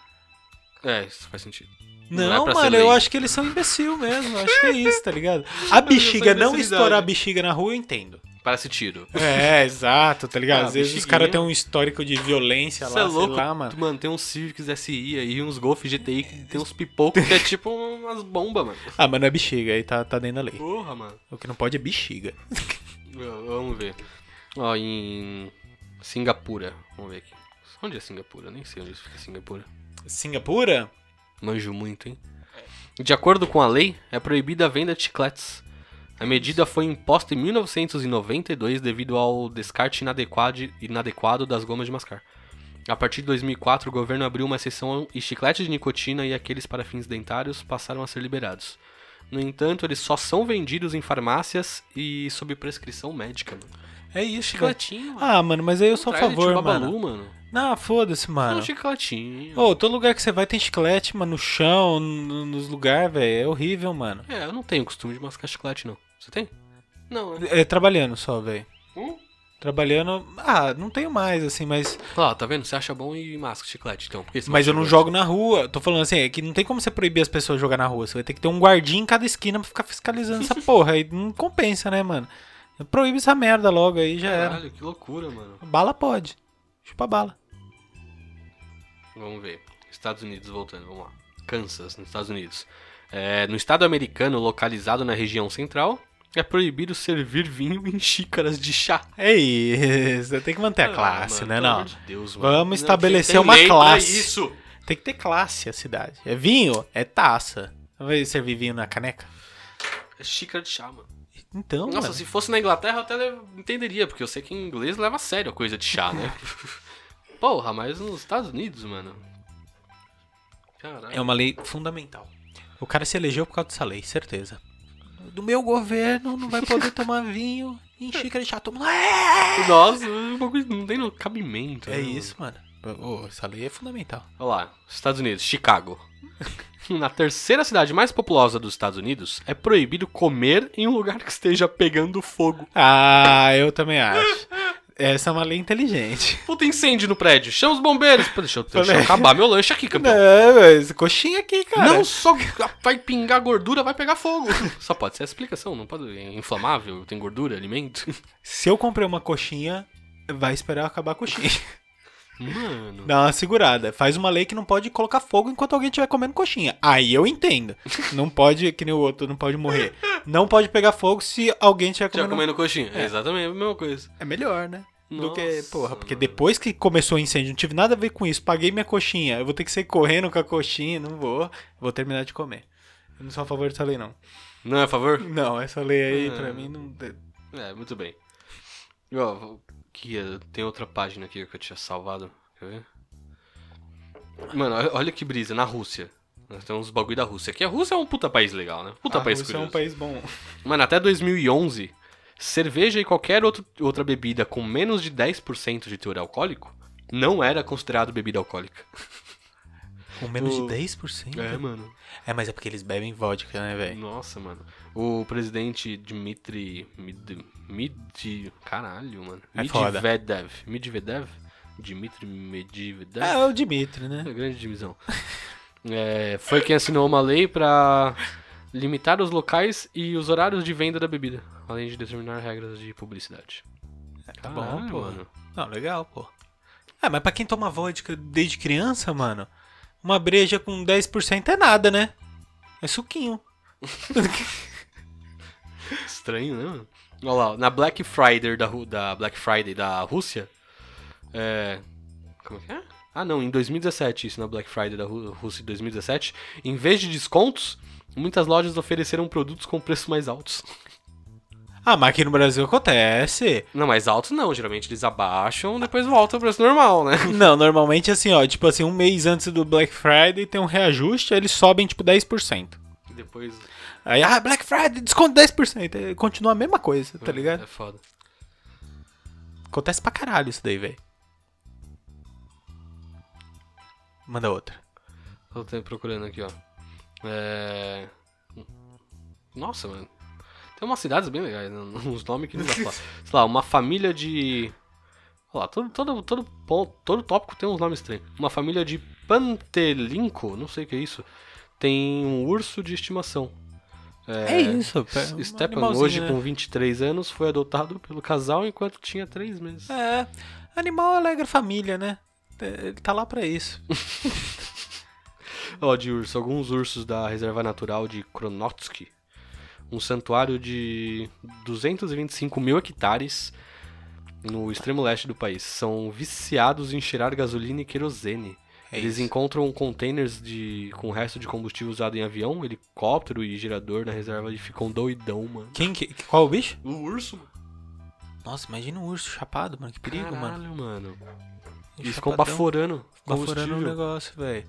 A: É, isso faz sentido. Não é
B: Não,
A: pra ser
B: mano,
A: lei.
B: eu acho que eles são imbecil mesmo, eu acho que é isso, tá ligado? A bexiga, não
A: imbecilidade.
B: estourar a bexiga na rua, eu entendo.
A: Parece tiro.
B: É, exato, tá ligado?
A: Ah,
B: Às vezes os
A: bexiguinha.
B: caras têm um histórico de violência
A: Você
B: lá,
A: é
B: sei
A: louco, um
B: lá, mano.
A: tem uns Civics SI aí, uns Golf GTI, que tem uns pipocos que é tipo umas bombas, mano.
B: Ah, mas não é bexiga, aí tá, tá dentro da lei.
A: Porra, mano.
B: O que não pode é bexiga.
A: V- Vamos ver. Ó, em Singapura. Vamos ver aqui. Onde é Singapura? Nem sei onde fica Singapura.
B: Singapura?
A: Manjo muito, hein? De acordo com a lei, é proibida a venda de chicletes. A medida foi imposta em 1992 devido ao descarte inadequado, inadequado das gomas de mascar. A partir de 2004, o governo abriu uma exceção e chicletes de nicotina e aqueles para fins dentários passaram a ser liberados. No entanto, eles só são vendidos em farmácias e sob prescrição médica. né? Mano.
B: É isso, cara.
A: Chicletinho, mano.
B: Ah, mano, mas aí eu sou a
A: Traz de
B: favor, mano.
A: Babalu, mano.
B: Não, foda-se,
A: É
B: mano.
A: um chicletinho.
B: Ô, todo lugar que você vai tem chiclete, mano, no chão, no- nos lugares, velho. É horrível, mano.
A: É, eu não tenho costume de mascar chiclete, não. Você tem? Não, né?
B: É trabalhando só, velho.
A: Hum?
B: Trabalhando. Ah, não tenho mais, assim, mas.
A: Lá, tá vendo? Você acha bom e masca chiclete, então. Por que você
B: Mas
A: masca
B: eu não
A: chiclete?
B: jogo na rua. Tô falando assim, é que não tem como você proibir as pessoas de jogar na rua. Você vai ter que ter um guardinha em cada esquina pra ficar fiscalizando essa porra. Aí não compensa, né, mano? Proíbe essa merda logo aí, já era.
A: Caralho, que loucura, mano.
B: Bala pode. Chupa bala.
A: Vamos ver. Estados Unidos voltando, vamos lá. Kansas, nos Estados Unidos. É, no estado americano, localizado na região central, é proibido servir vinho em xícaras de chá.
B: É isso. Tem que manter a classe,
A: Ah, mano,
B: né,
A: pelo
B: não?
A: amor de Deus, mano.
B: Vamos
A: Não,
B: estabelecer
A: tem
B: uma
A: lei pra
B: classe.
A: isso.
B: Tem que ter classe a cidade. É vinho, é taça. Vai servir vinho na caneca?
A: É xícara de chá, mano.
B: Então,
A: Nossa,
B: mano.
A: se fosse na Inglaterra eu até le- entenderia, porque eu sei que em inglês leva a sério a coisa de chá, né? Porra, mas nos Estados Unidos, mano.
B: É
A: Caralho.
B: uma lei fundamental. O cara se elegeu por causa dessa lei, certeza. Do meu governo não vai poder tomar vinho em xícara de chá. Toma lá. É
A: Nossa, um pouco- não tem no cabimento. né,
B: É
A: mano?
B: isso, mano. Ô, essa lei é fundamental.
A: Olha lá, Estados Unidos, Chicago. Na terceira cidade mais populosa dos Estados Unidos, é proibido comer em um lugar que esteja pegando fogo.
B: Ah, eu também acho. Essa é uma lei inteligente.
A: Puta incêndio no prédio. Chama os bombeiros. Pô, deixa eu, deixa eu acabar meu lanche aqui, campeão.
B: Não, mas coxinha aqui, cara.
A: Não só vai pingar gordura, vai pegar fogo. Só pode ser a explicação, não pode. É inflamável, tem gordura, alimento.
B: Se eu comprei uma coxinha, vai esperar acabar a coxinha.
A: Mano.
B: Dá uma segurada. Faz uma lei que não pode colocar fogo enquanto alguém estiver comendo coxinha. Aí eu entendo. Não pode, que nem o outro, não pode morrer. Não pode pegar fogo se alguém estiver
A: Já
B: comendo...
A: comendo coxinha. É. Exatamente, a mesma coisa.
B: É melhor, né? Do que,
A: Nossa,
B: porra, porque
A: mano.
B: depois que começou o incêndio, não tive nada a ver com isso. Paguei minha coxinha. Eu vou ter que sair correndo com a coxinha, não vou. Vou terminar de comer. Eu não sou a favor dessa lei, não.
A: Não é a favor?
B: Não, essa lei aí,
A: Ah.
B: pra mim, não.
A: É, muito bem. E, ó, que, eh, tem outra página aqui que eu tinha salvado. Quer ver? Mano, olha- olha que brisa, na Rússia. Nós temos uns bagulho da Rússia. Que a Rússia é um puta país legal, né? Puta
B: a
A: país
B: Rússia é
A: curioso.
B: um país bom.
A: Mano, até 2011, cerveja e qualquer outro, outra bebida com menos de 10% de teor alcoólico não era considerado bebida alcoólica.
B: Com menos
A: O-
B: de 10%?
A: mano.
B: É, mas é porque eles bebem vodka, né, velho?
A: Nossa, mano. O presidente Dmitry Mid, Mid caralho, mano.
B: É foda.
A: Medvedev. Medvedev? Dmitry Medvedev.
B: Ah, é o Dimitri, né?
A: É grande divisão. É, foi quem assinou uma lei pra limitar os locais e os horários de venda da bebida, além de determinar regras de publicidade.
B: Tá bom, pô. Não, legal, pô. Ah, mas pra quem toma vodka desde criança, mano, uma breja com 10% é nada, né? É suquinho.
A: Estranho, né? mano? Olha lá, na Black Friday da, Ru- da Black Friday da Rússia. É. Como é que é? Ah não, em 2017, isso na Black Friday da Ru- Rússia em 2017, em vez de descontos, muitas lojas ofereceram produtos com preços mais altos.
B: Ah, mas aqui no Brasil acontece.
A: Não, mais altos não, geralmente eles abaixam, depois volta ao preço normal, né?
B: Não, normalmente assim, ó, tipo assim, um mês antes do Black Friday tem um reajuste, aí eles sobem tipo 10%.
A: Depois
B: Aí, ah, Black Friday, desconto 10%. Aí É, Continua a mesma coisa, tá ligado?
A: É foda.
B: Acontece pra caralho isso daí, velho. Manda outra.
A: Tô até procurando aqui, ó. É... Nossa, mano. Tem umas cidades bem legais, né? uns nomes que não dá pra falar. Sei lá, uma família de. Olha lá, todo, todo, todo, ponto, todo tópico tem uns nomes estranhos. Uma família de pantelinco, não sei o que é isso. Tem um urso de estimação.
B: É, isso, pé. um
A: Stepan,
B: animalzinho,
A: hoje
B: né?
A: com 23 anos, foi adotado pelo casal enquanto tinha 3 meses.
B: É, animal alegra a família, né? É, Ele tá lá pra isso.
A: Ó, de urso. Alguns ursos da reserva natural de Kronotsky. Um santuário de 225 mil hectares no extremo leste do país. São viciados em cheirar gasolina e querosene.
B: É
A: Eles
B: isso.
A: encontram containers de, com o resto de combustível usado em avião, helicóptero e gerador na reserva e ficam doidão, mano.
B: Quem que, qual o bicho?
A: O urso?
B: Nossa, imagina um urso chapado, mano. Que perigo, mano.
A: Caralho, mano.
B: Um
A: Eles ficam
B: chapadão,
A: baforando.
B: baforando o
A: combustível.
B: negócio, velho.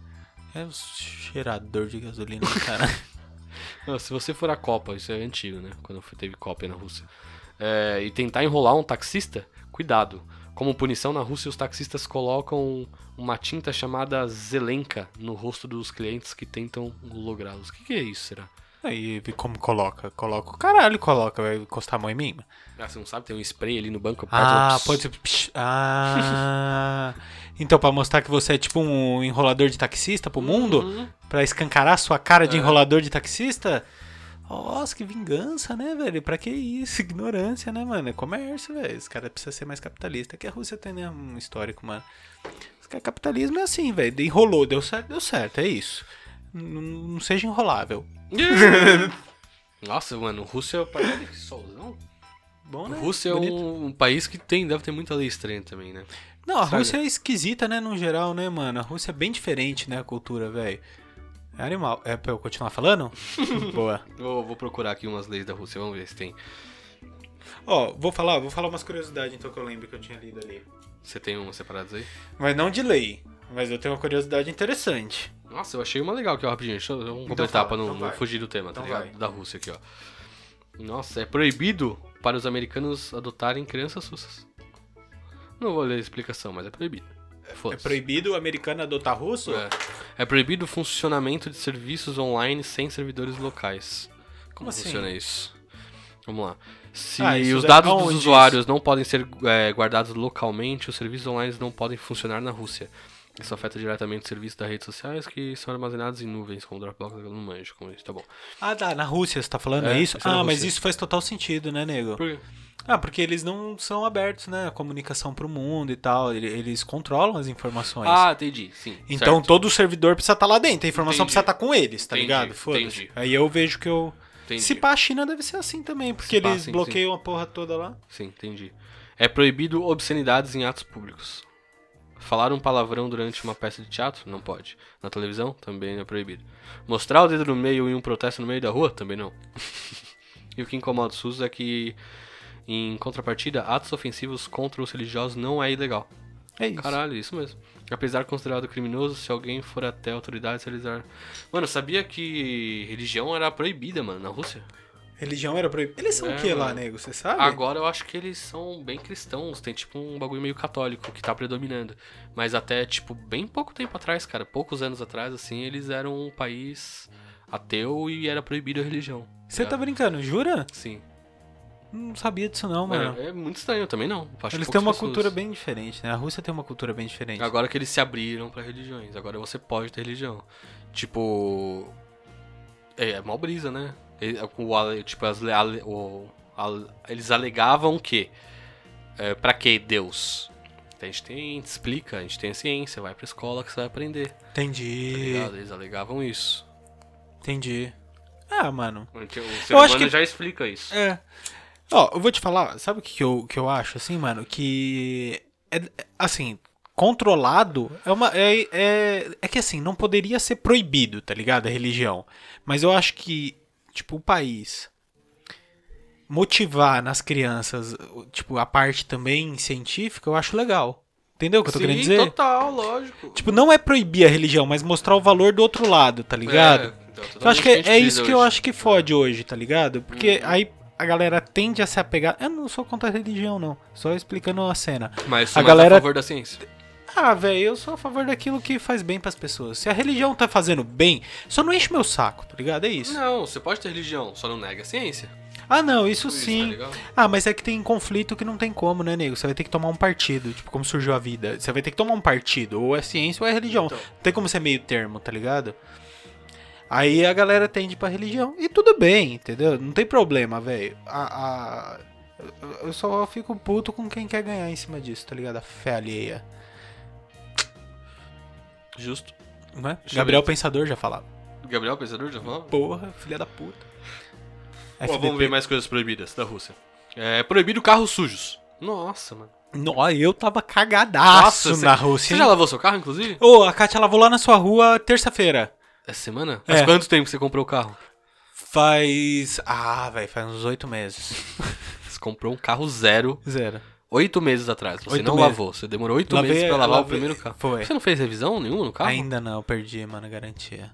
B: É um cheirador de gasolina, cara.
A: Não, se você for à Copa, isso é antigo, né? Quando foi- teve Copa na Rússia. É, e tentar enrolar um taxista, cuidado. Como punição na Rússia, os taxistas colocam uma tinta chamada zelenka no rosto dos clientes que tentam lográ-los. O que, que é isso, será?
B: Aí, como coloca? Coloca o caralho, coloca. Vai encostar a mão em mim, mano.
A: Ah, você não sabe? Tem um spray ali no banco.
B: Ah,
A: aperta um-
B: pode ser. Psh, Ah. então, pra mostrar que você é tipo um enrolador de taxista pro mundo?
A: Uhum.
B: Pra escancarar a sua cara de enrolador de taxista? Nossa, que vingança, né, velho? Pra que isso? Ignorância, né, mano? É comércio, velho. Os caras precisam ser mais capitalistas. Que a Rússia tem, né, um histórico, mano. Os caras, capitalismo é assim, velho. Enrolou, deu certo, deu certo, é isso. Não, não seja enrolável.
A: Nossa, mano, Rússia é o país. Olha que solzão.
B: Bom, né?
A: Rússia é
B: Bonito.
A: um, um país que tem, deve ter muita lei estranha também, né?
B: Não, a
A: sabe?
B: Rússia é esquisita, né, no geral, né, mano? A Rússia é bem diferente, né, a cultura, velho. É animal. É pra eu continuar falando? Boa.
A: Eu vou procurar aqui umas leis da Rússia, vamos ver se tem.
B: Ó, vou falar, vou falar umas curiosidades, então, que eu lembro que eu tinha lido ali.
A: Você tem umas separadas aí?
B: Mas não de lei. Mas eu tenho uma curiosidade interessante.
A: Nossa, eu achei uma legal aqui, ó, rapidinho. Deixa eu vamos completar
B: fala,
A: pra não,
B: então
A: não
B: vai.
A: fugir do tema,
B: Então
A: tá ligado?
B: vai.
A: Da Rússia aqui, ó. Nossa, é proibido para os americanos adotarem crianças russas. Não vou ler a explicação, mas é proibido.
B: É
A: Foda-se.
B: proibido o americano adotar russo?
A: É. É proibido o funcionamento de serviços online sem servidores locais.
B: Como assim?
A: funciona isso? Vamos lá. Se
B: Ah, isso
A: os
B: daí
A: dados
B: não
A: dos
B: diz.
A: usuários não podem ser é, guardados localmente, os serviços online não podem funcionar na Rússia. Isso afeta diretamente serviços das redes sociais que são armazenados em nuvens, como Dropbox, eu não manjo com isso, tá bom.
B: Ah, tá, na Rússia você tá falando
A: É,
B: isso?
A: isso é na
B: Ah, mas
A: Rússia.
B: isso faz total sentido, né, nego? Ah, porque eles não são abertos, né, à comunicação pro mundo e tal, ele- eles controlam as informações.
A: Ah, entendi, sim.
B: é então
A: certo,
B: todo servidor precisa estar lá dentro, a informação
A: Entendi.
B: precisa estar com eles, tá
A: Entendi,
B: ligado? Foda-se.
A: entendi.
B: Aí eu vejo que eu...
A: entendi.
B: Se pá, a China deve ser assim também, porque
A: Se pá,
B: eles
A: sim,
B: bloqueiam a porra toda lá.
A: Sim, entendi. É proibido obscenidades em atos públicos. Falar um palavrão durante uma peça de teatro? Não pode. Na televisão? Também é proibido. Mostrar o dedo no meio em um protesto no meio da rua? Também não. e o que incomoda os SUS é que, em contrapartida, atos ofensivos contra os religiosos não é ilegal.
B: É isso.
A: Caralho, isso mesmo. Apesar de considerado criminoso, se alguém for até a autoridade realizar... Mano, sabia que religião era proibida, mano, na Rússia?
B: Religião era proibida. Eles são
A: É,
B: o que lá,
A: mano.
B: nego? Você sabe?
A: Agora eu acho que eles são bem cristãos, tem tipo um bagulho meio católico que tá predominando. Mas até, tipo, bem pouco tempo atrás, cara, poucos anos atrás, assim, eles eram um país ateu e era proibida a religião.
B: Você tá brincando, jura?
A: Sim.
B: Não sabia disso não, mano.
A: É, é muito estranho, eu também não. Acho
B: Eles
A: poucas
B: têm uma
A: pessoas.
B: cultura bem diferente, né? A Rússia tem uma cultura bem diferente.
A: Agora que eles se abriram pra religiões, agora você pode ter religião. Tipo. É, é mó brisa, né? Ele- o ale- tipo, as le- ale- o- ale- eles alegavam que. É, pra que Deus? A gente tem. a gente explica, a gente tem a ciência, vai pra escola que você vai aprender. Tá
B: Entendi.
A: ligado? Eles alegavam isso.
B: Entendi. Ah, mano.
A: O ser
B: Eu acho
A: humano
B: que-
A: já explica isso.
B: É. Ó, eu vou te falar, sabe o que, que, eu, que eu acho, assim, mano? Que. É, é, assim, controlado é uma. É, é, é que assim, não poderia ser proibido, tá ligado? A religião. Mas eu acho que, tipo, o país. Motivar nas crianças, tipo, a parte também científica, eu acho legal. Entendeu o que eu tô querendo dizer?
A: total, lógico.
B: Tipo, não é proibir a religião, mas mostrar o valor do outro lado, tá ligado?
A: então,
B: Eu acho que é, é isso que eu acho que fode hoje, tá ligado? Porque aí a galera tende a se apegar. Eu não sou contra a religião, não. Só explicando a cena.
A: Mas
B: A
A: sou mais
B: galera-
A: a favor da ciência.
B: Ah, velho, eu sou a favor daquilo que faz bem pras pessoas. Se a religião tá fazendo bem, só não enche meu saco, tá ligado? É isso.
A: Não, você pode ter religião, só não nega a ciência.
B: Ah, não, isso
A: Isso, tá
B: sim.
A: ligado?
B: ah, mas é que tem conflito que não tem como, né, nego? Você vai ter que tomar um partido, tipo, como surgiu a vida. Você vai ter que tomar um partido, ou é ciência ou é religião.
A: Então.
B: Não tem como ser meio termo, tá ligado? Aí a galera tende pra religião. E tudo bem, entendeu? Não tem problema, velho. A, a- eu- Eu só fico puto com quem quer ganhar em cima disso, tá ligado? A fé alheia.
A: Justo.
B: Não é?
A: Deixa eu
B: Gabriel
A: ver.
B: Pensador já falava.
A: Gabriel Pensador já falou?
B: Porra, filha da puta. É
A: Ó, vamos ver mais coisas proibidas da Rússia. É proibido carros sujos. Nossa, mano.
B: Nó, eu tava cagadaço
A: Nossa,
B: na
A: Você
B: Rússia.
A: já
B: hein?
A: lavou seu carro, inclusive?
B: Ô, a Kátia lavou lá na sua rua terça-feira.
A: Essa semana?
B: É.
A: Faz quanto tempo que você comprou o carro?
B: Faz. Ah, velho, faz uns oito meses.
A: Você comprou um carro zero
B: Zero.
A: oito meses atrás. Você
B: Oito
A: não
B: meses.
A: lavou. Você demorou oito
B: Lavei-
A: meses pra lavar
B: lavei-
A: o primeiro carro.
B: foi.
A: Você não fez revisão nenhuma no carro?
B: Ainda não, perdi, mano, garantia.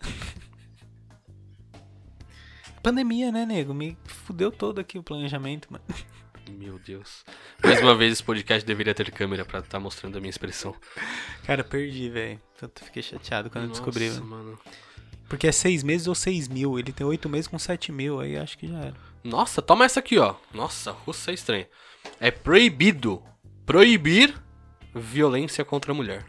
B: Pandemia, né, nego? Me fudeu todo aqui o planejamento, mano.
A: Meu Deus. Mais uma vez, esse podcast deveria ter câmera pra estar mostrando a minha expressão.
B: Cara, perdi, velho. Tanto fiquei chateado quando eu descobri.
A: Nossa,
B: mano.
A: mano.
B: Porque é seis meses ou seis mil. Ele tem oito meses com sete mil, aí acho que já era.
A: Nossa, toma essa aqui, ó. Nossa, russa é estranha. É proibido proibir violência contra a mulher.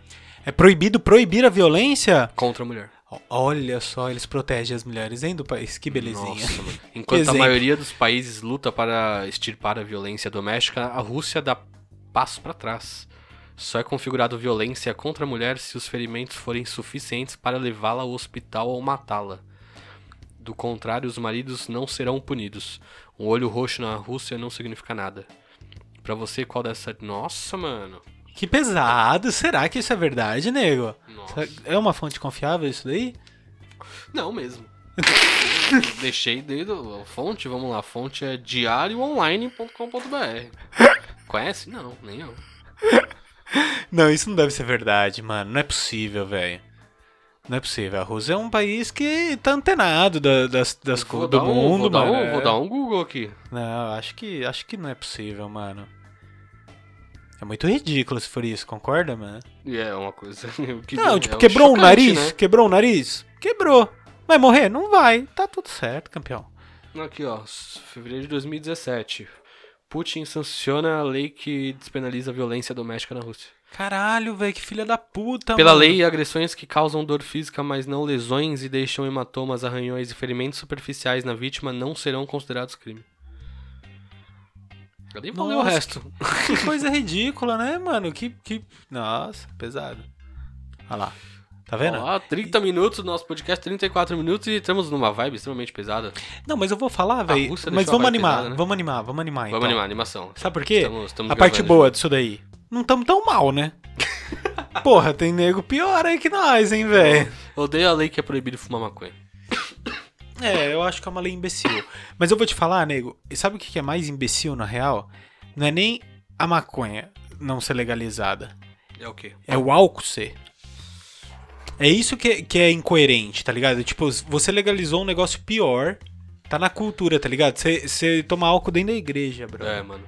B: É proibido proibir a violência?
A: Contra a mulher.
B: O- Olha só, eles protegem as mulheres, hein, do país. Que belezinha.
A: Nossa, mano. Enquanto a
B: Exemplo.
A: maioria dos países luta para extirpar a violência doméstica, a Rússia dá passo para trás. Só é configurado violência contra a mulher se os ferimentos forem suficientes para levá-la ao hospital ou matá-la. Do contrário, os maridos não serão punidos. Um olho roxo na Rússia não significa nada. Pra você, qual dessa. Nossa, mano.
B: Que pesado. Será que isso é verdade, nego?
A: Nossa.
B: Será- É uma fonte confiável isso daí?
A: Não mesmo. Deixei desde a fonte, vamos lá, a fonte é diarioonline.com.br. Conhece? Não, nem eu.
B: Não, isso não deve ser verdade, mano. Não é possível, velho. Não é possível. A Rússia é um país que tá antenado da- das, das
A: Vou
B: coisas do
A: dar um-
B: mundo,
A: vou dar
B: mano. É.
A: um- vou dar um Google aqui.
B: Não, acho que, acho que não é possível, mano. É muito ridículo se for isso, concorda, mano?
A: E é uma coisa. que-
B: Não,
A: é
B: tipo,
A: um
B: quebrou o
A: chocante,
B: nariz?
A: né?
B: Quebrou o nariz? Quebrou. Vai morrer? Não vai. Tá tudo certo, campeão.
A: Aqui, ó. Fevereiro de 2017. Putin sanciona a lei que despenaliza a violência doméstica na Rússia.
B: Caralho, velho, que filha da puta,
A: Pela
B: Então, mano.
A: lei, agressões que causam dor física, mas não lesões e deixam hematomas, arranhões e ferimentos superficiais na vítima não serão considerados crime. Eu nem vou ler o
B: Nossa,
A: resto.
B: Que coisa ridícula, né, mano? Que. que... Nossa, pesado. Olha lá. Tá vendo?
A: Ó, 30 minutos do nosso podcast, 34 minutos e estamos numa vibe extremamente pesada.
B: Não, mas eu vou falar, velho.
A: Rússia
B: Mas
A: deixou a
B: vamos
A: vibe
B: animar,
A: pesada, né?
B: vamos animar, vamos animar, então.
A: Vamos animar, animação.
B: Sabe por quê?
A: Estamos- estamos
B: a parte
A: gravando
B: boa disso daí. Não tamo tão mal, né? Porra, tem nego pior aí que nós, hein, velho?
A: Odeio a lei que é proibido fumar maconha.
B: É, eu acho que é uma lei imbecil. Mas eu vou te falar, nego, e sabe o que que é mais imbecil, na real? Não é nem a maconha não ser legalizada.
A: É o quê?
B: É o álcool ser. É isso que, que é incoerente, tá ligado? Tipo, você legalizou um negócio pior. Tá na cultura, tá ligado? Você- Você toma álcool dentro da igreja, bro.
A: É, mano.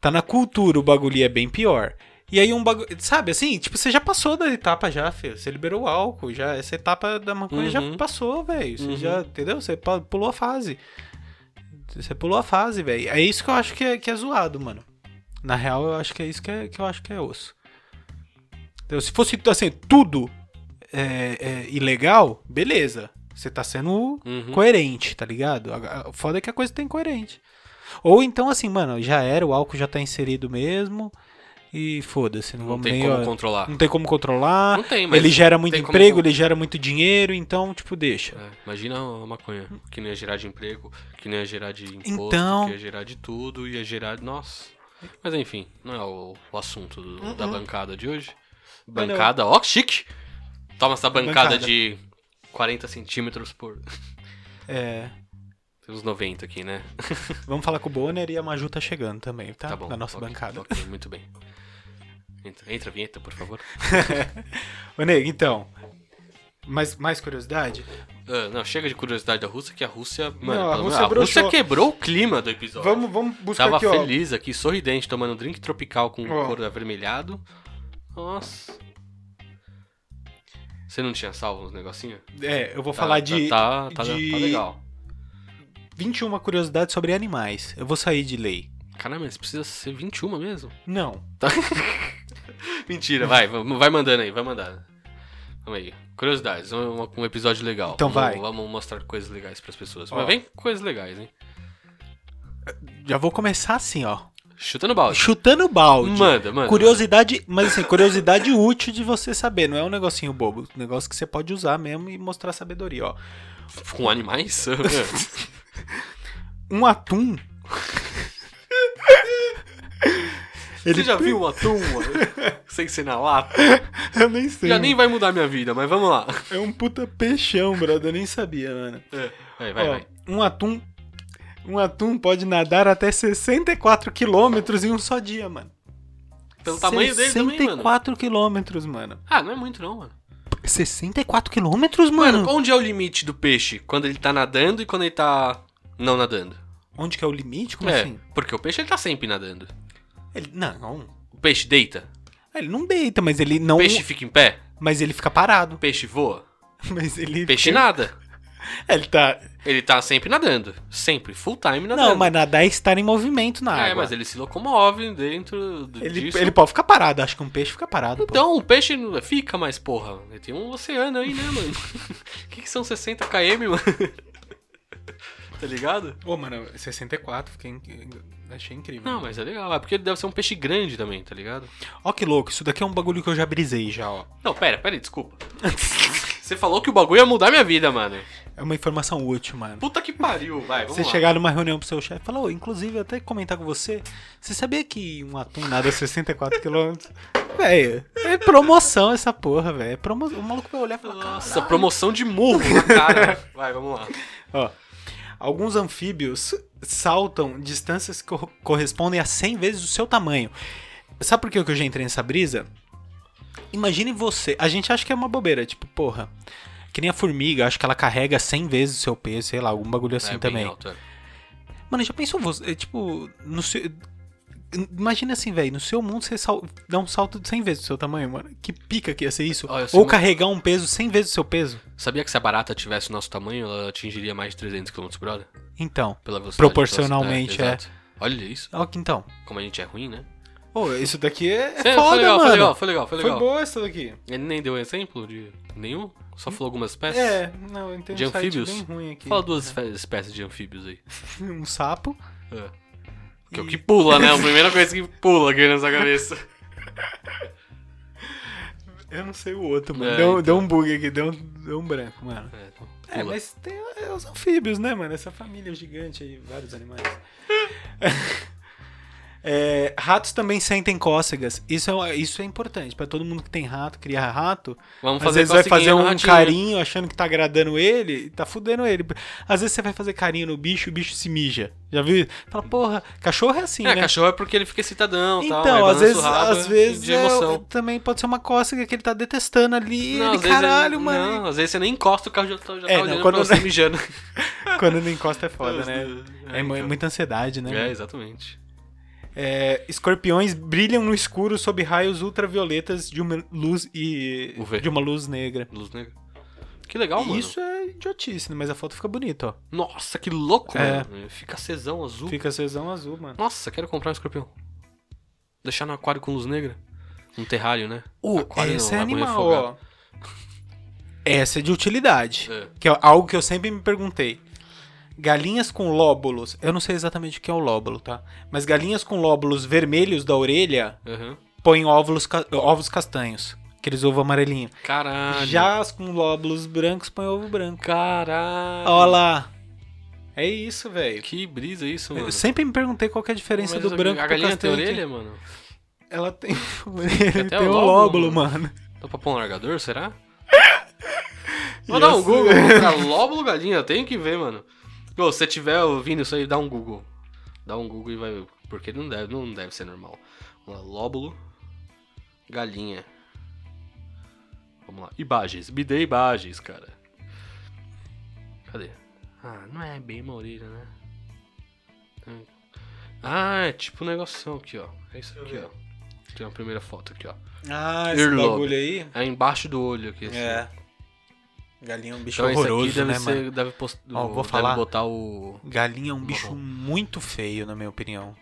B: Tá na cultura, o bagulho é bem pior. E aí um bagulho. Sabe assim? Tipo, você já passou da etapa já, filho. Você liberou o álcool, já. Essa etapa da maconha já
A: Uhum.
B: passou, velho. Você
A: Uhum.
B: já. Entendeu? Você pa- pulou a fase. Você pulou a fase, velho. É isso que eu acho que é, que é zoado, mano. Na real, eu acho que é isso que, é, que eu acho que é osso. Entendeu? Se fosse assim, tudo é, é ilegal, beleza. Você tá sendo
A: Uhum.
B: coerente, tá ligado? A- a- O foda é que a coisa tá incoerente. Ou então, assim, mano, já era, o álcool já tá inserido mesmo. E foda-se, não,
A: Não
B: vamos
A: tem
B: nem.
A: como
B: ó,
A: controlar.
B: não tem como controlar.
A: Não tem, mas.
B: Hum. ele gera muito
A: tem como
B: emprego,
A: con-
B: ele gera muito dinheiro, então, tipo, deixa.
A: É, imagina a maconha, que não ia gerar de emprego, que não ia gerar de imposto,
B: Então.
A: que ia gerar de tudo, ia gerar. Nossa. Mas enfim, não é o, o assunto do- da bancada de hoje.
B: Uhum. Valeu.
A: Bancada, ó, chique! Toma essa bancada,
B: Bancada.
A: de 40 centímetros por.
B: É,
A: Temos 90 aqui, né?
B: vamos falar com o Bonner e a Maju tá chegando também, tá?
A: Tá, bom.
B: Na nossa
A: Ok,
B: bancada.
A: Ok, muito bem. Entra, entra a vinheta, por favor.
B: Ô, nego, então. Mais, mais curiosidade?
A: Ah, não, chega de curiosidade da Rússia, que a Rússia. Mano,
B: Não, a
A: pelo menos-
B: Rússia broxou.
A: quebrou o clima do episódio.
B: Vamos, vamos buscar
A: Tava
B: aqui, ó.
A: feliz aqui, sorridente, tomando um drink tropical com
B: Ó.
A: cor avermelhado. Nossa. Você não tinha salvo uns negocinhos?
B: É, eu vou
A: Tá-
B: falar
A: tá-
B: de.
A: Tá, tá,
B: de-
A: tá legal.
B: 21 curiosidades sobre animais. Eu vou sair de lei.
A: Caramba, mas precisa ser 21 mesmo?
B: Não.
A: Mentira, vai, vamos- vai mandando aí, vai mandando. Vamos aí. Curiosidades, um, um episódio legal.
B: Então
A: vamos,
B: vai.
A: Vamos mostrar coisas legais pras pessoas.
B: Ó.
A: Mas vem coisas legais, hein?
B: Já vou começar assim, ó.
A: Chuta no balde.
B: Chutando o balde.
A: Manda, manda.
B: Curiosidade, mas assim, curiosidade útil de você saber, não é um negocinho bobo, um negócio que você pode usar mesmo e mostrar sabedoria, ó.
A: Com animais?
B: Um atum.
A: Você já viu uma tumba sem ser na lata?
B: Eu nem sei.
A: Já nem vai mudar minha vida, mas vamos lá.
B: É um puta peixão, brother, eu nem sabia, mano.
A: Vai, vai,
B: Ó,
A: vai.
B: Um atum. Um atum pode nadar até 64 quilômetros em um só dia, mano.
A: Pelo tamanho dele também, mano.
B: 64 quilômetros, mano.
A: Ah, não é muito não, mano.
B: 64 quilômetros, mano?
A: Mano, onde é o limite do peixe? Quando ele tá nadando e quando ele tá não nadando?
B: Onde que é o limite? Como
A: é,
B: assim?
A: porque o peixe ele tá sempre nadando.
B: Ele, não,
A: O peixe deita,
B: Então, É, Ele não deita, mas ele não.
A: o peixe fica em pé,
B: Mas ele fica parado.
A: o peixe voa,
B: Mas ele.
A: o peixe
B: fica-
A: nada.
B: Ele tá.
A: Ele tá sempre nadando, sempre, full time nadando.
B: Não, mas nadar é estar em movimento na
A: É,
B: água.
A: mas ele se locomove dentro do
B: Ele,
A: disso.
B: ele pode ficar parado, acho que um peixe fica parado. pô.
A: Então, o peixe não fica mais, porra. Tem um oceano aí, né, mano? O que, que são 60 km, mano? tá ligado?
B: Ô, mano, 64, fiquei. in- Achei incrível.
A: Não, mas é legal. É porque ele deve ser um peixe grande também, tá ligado?
B: Ó, que louco, isso daqui é um bagulho que eu já brisei já, ó.
A: Não, pera, pera aí, desculpa. Você falou que o bagulho ia mudar minha vida, mano.
B: É uma informação útil, mano.
A: Puta que pariu, vai, vamos
B: Você
A: lá.
B: chegar numa reunião pro seu chefe e falar, ô, inclusive, eu até comentar com você, você sabia que um atum nada 64 quilômetros? Véi, é promoção essa porra, velho. É promo... O maluco vai olhar e falar,
A: Nossa, promoção de murro na cara. Vai, vamos lá.
B: Ó, alguns anfíbios saltam distâncias que cor- correspondem a 100 vezes o seu tamanho. Sabe por que eu já entrei nessa brisa? Imagine você. A gente acha que é uma bobeira, tipo, porra. Que nem a formiga, acho que ela carrega 100 vezes o seu peso, sei lá, algum bagulho assim
A: é, bem
B: também.
A: alto, é.
B: Mano, já pensou você? é, Tipo, no seu. Imagina assim, velho, no seu mundo você sal- dá um salto de 100 vezes do seu tamanho, mano. Que pica que ia ser isso.
A: Olha, eu sou
B: Ou
A: um-
B: carregar um peso 100 vezes o seu peso.
A: Sabia que se a barata tivesse o nosso tamanho, ela atingiria mais de 300 km por hora?
B: Então,
A: Pela velocidade.
B: Proporcionalmente, é.
A: pela- exato. Olha isso,
B: ó, que então.
A: como a gente é ruim, né?
B: Pô, isso daqui é,
A: Sim,
B: é foda,
A: foi legal,
B: mano.
A: foi legal, foi legal, foi
B: Foi
A: legal.
B: boa essa daqui.
A: Ele nem deu exemplo de nenhum, só falou algumas espécies.
B: É, não, eu entendi
A: De
B: um site
A: anfíbios?
B: bem ruim aqui.
A: Fala duas espe- espécies de anfíbios aí.
B: Um sapo.
A: Que é o
B: E-
A: que pula, né? A primeira coisa que pula aqui nessa cabeça.
B: Eu não sei o outro, mano.
A: É,
B: deu,
A: então.
B: deu um bug aqui, deu um, deu um branco, mano.
A: É, pula.
B: É, mas tem é, os anfíbios, né, mano? Essa família gigante aí, vários animais. É, ratos também sentem cócegas. Isso é, isso é importante pra todo mundo que tem rato, cria rato.
A: Vamos
B: Às
A: fazer
B: vezes vai fazer
A: coceguinha no
B: um
A: ratinho.
B: carinho achando que tá agradando ele e tá fudendo ele. Às vezes você vai fazer carinho no bicho o bicho se mija. Já viu? Fala, porra, cachorro é assim,
A: É,
B: né?
A: cachorro é porque ele fica excitadão e tal. aí
B: Então, às
A: balança o
B: vezes,
A: rabo né,
B: às vezes
A: De
B: é-
A: emoção.
B: também pode ser uma cócega que ele tá detestando ali.
A: Não,
B: ele,
A: às vezes
B: caralho,
A: ele-
B: mano.
A: Não, às vezes você nem encosta o carro já tá, já
B: É,
A: tá
B: não,
A: olhando
B: quando-
A: pra você mijando.
B: Quando não encosta é foda, né? É, mu-
A: então.
B: muita ansiedade, né?
A: É, exatamente.
B: É, escorpiões brilham no escuro sob raios ultravioletas de uma luz e
A: UV.
B: de uma luz negra.
A: Luz negra. Que legal, mano.
B: Isso é idiotice, né? mas a foto fica bonita, ó.
A: Nossa, que louco,
B: É.
A: mano. Fica acesão, azul.
B: Fica cesão azul, mano.
A: Nossa, quero comprar um escorpião. Deixar no aquário com luz negra. Um terrário, né?
B: Uh,
A: Aquário não,
B: essa é
A: lagoa
B: animal, ó.
A: refogada.
B: Essa é de utilidade.
A: É.
B: Que é algo que eu sempre me perguntei. Galinhas com lóbulos. Eu não sei exatamente o que é o lóbulo, tá? Mas galinhas com lóbulos vermelhos da orelha
A: Aham.
B: põem óvulos, ca- ovos castanhos. Aqueles ovos amarelinhos.
A: Caralho.
B: Já as com lóbulos brancos põem ovo branco.
A: Caralho.
B: Olha lá. É isso, velho.
A: Que brisa é isso, mano.
B: Eu sempre me perguntei qual que é a diferença
A: Mas
B: do branco
A: A
B: pro
A: galinha tem
B: castanho.
A: orelha, mano?
B: Ela tem, ele
A: até
B: tem
A: o
B: um
A: lóbulo,
B: lóbulo, mano.
A: Dá pra pôr um largador, será? Vou
B: Ia
A: dar um
B: ser.
A: Google pra Lóbulo Galinha, tem que ver, mano. Pô, se você tiver ouvindo isso aí, dá um Google. Dá um Google e vai ver. Porque não deve, não deve ser normal. Vamos lá, Lóbulo Galinha. Vamos lá. Imagens. Me dê imagens, cara. Cadê? Ah, não é bem uma orelha, né? Hum. Ah, é tipo um negocinho aqui, ó. É isso aqui, ó. Tem uma primeira foto aqui, ó.
B: Ah,
A: esse
B: esse
A: Irlobo. bagulho
B: bagulho aí.
A: É embaixo do olho aqui, assim.
B: É. Galinha é um bicho
A: Então esse aqui
B: horroroso,
A: deve
B: né,
A: ser-
B: mano?
A: deve post-
B: Ó,
A: o-
B: vou falar.
A: Deve botar o...
B: Galinha é um bicho
A: Marrom.
B: muito feio, na minha opinião.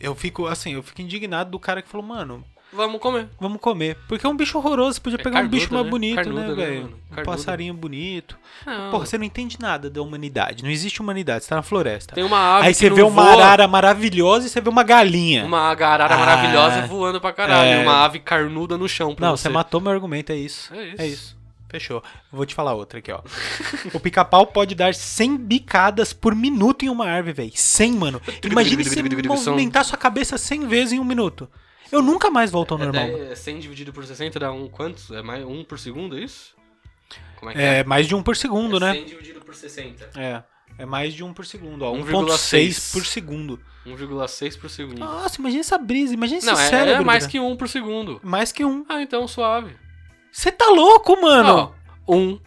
B: Eu fico, assim, eu fico indignado do cara que falou, mano,
A: Vamos comer.
B: vamos comer. Porque é um bicho horroroso, podia
A: É
B: pegar um
A: carnudo,
B: bicho mais
A: né?
B: bonito,
A: Carnudo, né,
B: né, velho?
A: mano?
B: um
A: Carnudo.
B: passarinho bonito.
A: Não,
B: Porra, você não entende nada da humanidade. Não existe humanidade, você tá na floresta.
A: tem uma ave
B: Aí
A: que
B: você
A: não
B: vê uma
A: voa,
B: arara maravilhosa e você vê uma galinha.
A: Uma arara
B: Ah,
A: maravilhosa voando pra caralho.
B: é.
A: e Uma ave carnuda no chão pra
B: Não,
A: você.
B: você matou meu argumento, é isso.
A: É isso.
B: É isso. Fechou. Vou te falar outra aqui, ó. o pica-pau pode dar 100 bicadas por minuto em uma árvore, velho. 100, mano. Imagine você
A: São-
B: movimentar sua cabeça 100 vezes em um minuto. Eu nunca mais volto ao
A: É,
B: normal. mano.
A: daí, é 100 dividido por 60 dá um quantos? É mais um por segundo, é isso? Como é que é?
B: É mais de um por segundo, né?
A: 100 dividido por 60.
B: É. É mais de um por segundo, ó.
A: 1,6.
B: 1,6 por segundo.
A: 1,6 por segundo.
B: Nossa, imagina essa brisa, imagina esse
A: não, é-
B: Ah, cérebro.
A: é, mais
B: cara.
A: que um por segundo.
B: mais que um.
A: Ah, então suave.
B: Você tá louco, mano?
A: Ó, um,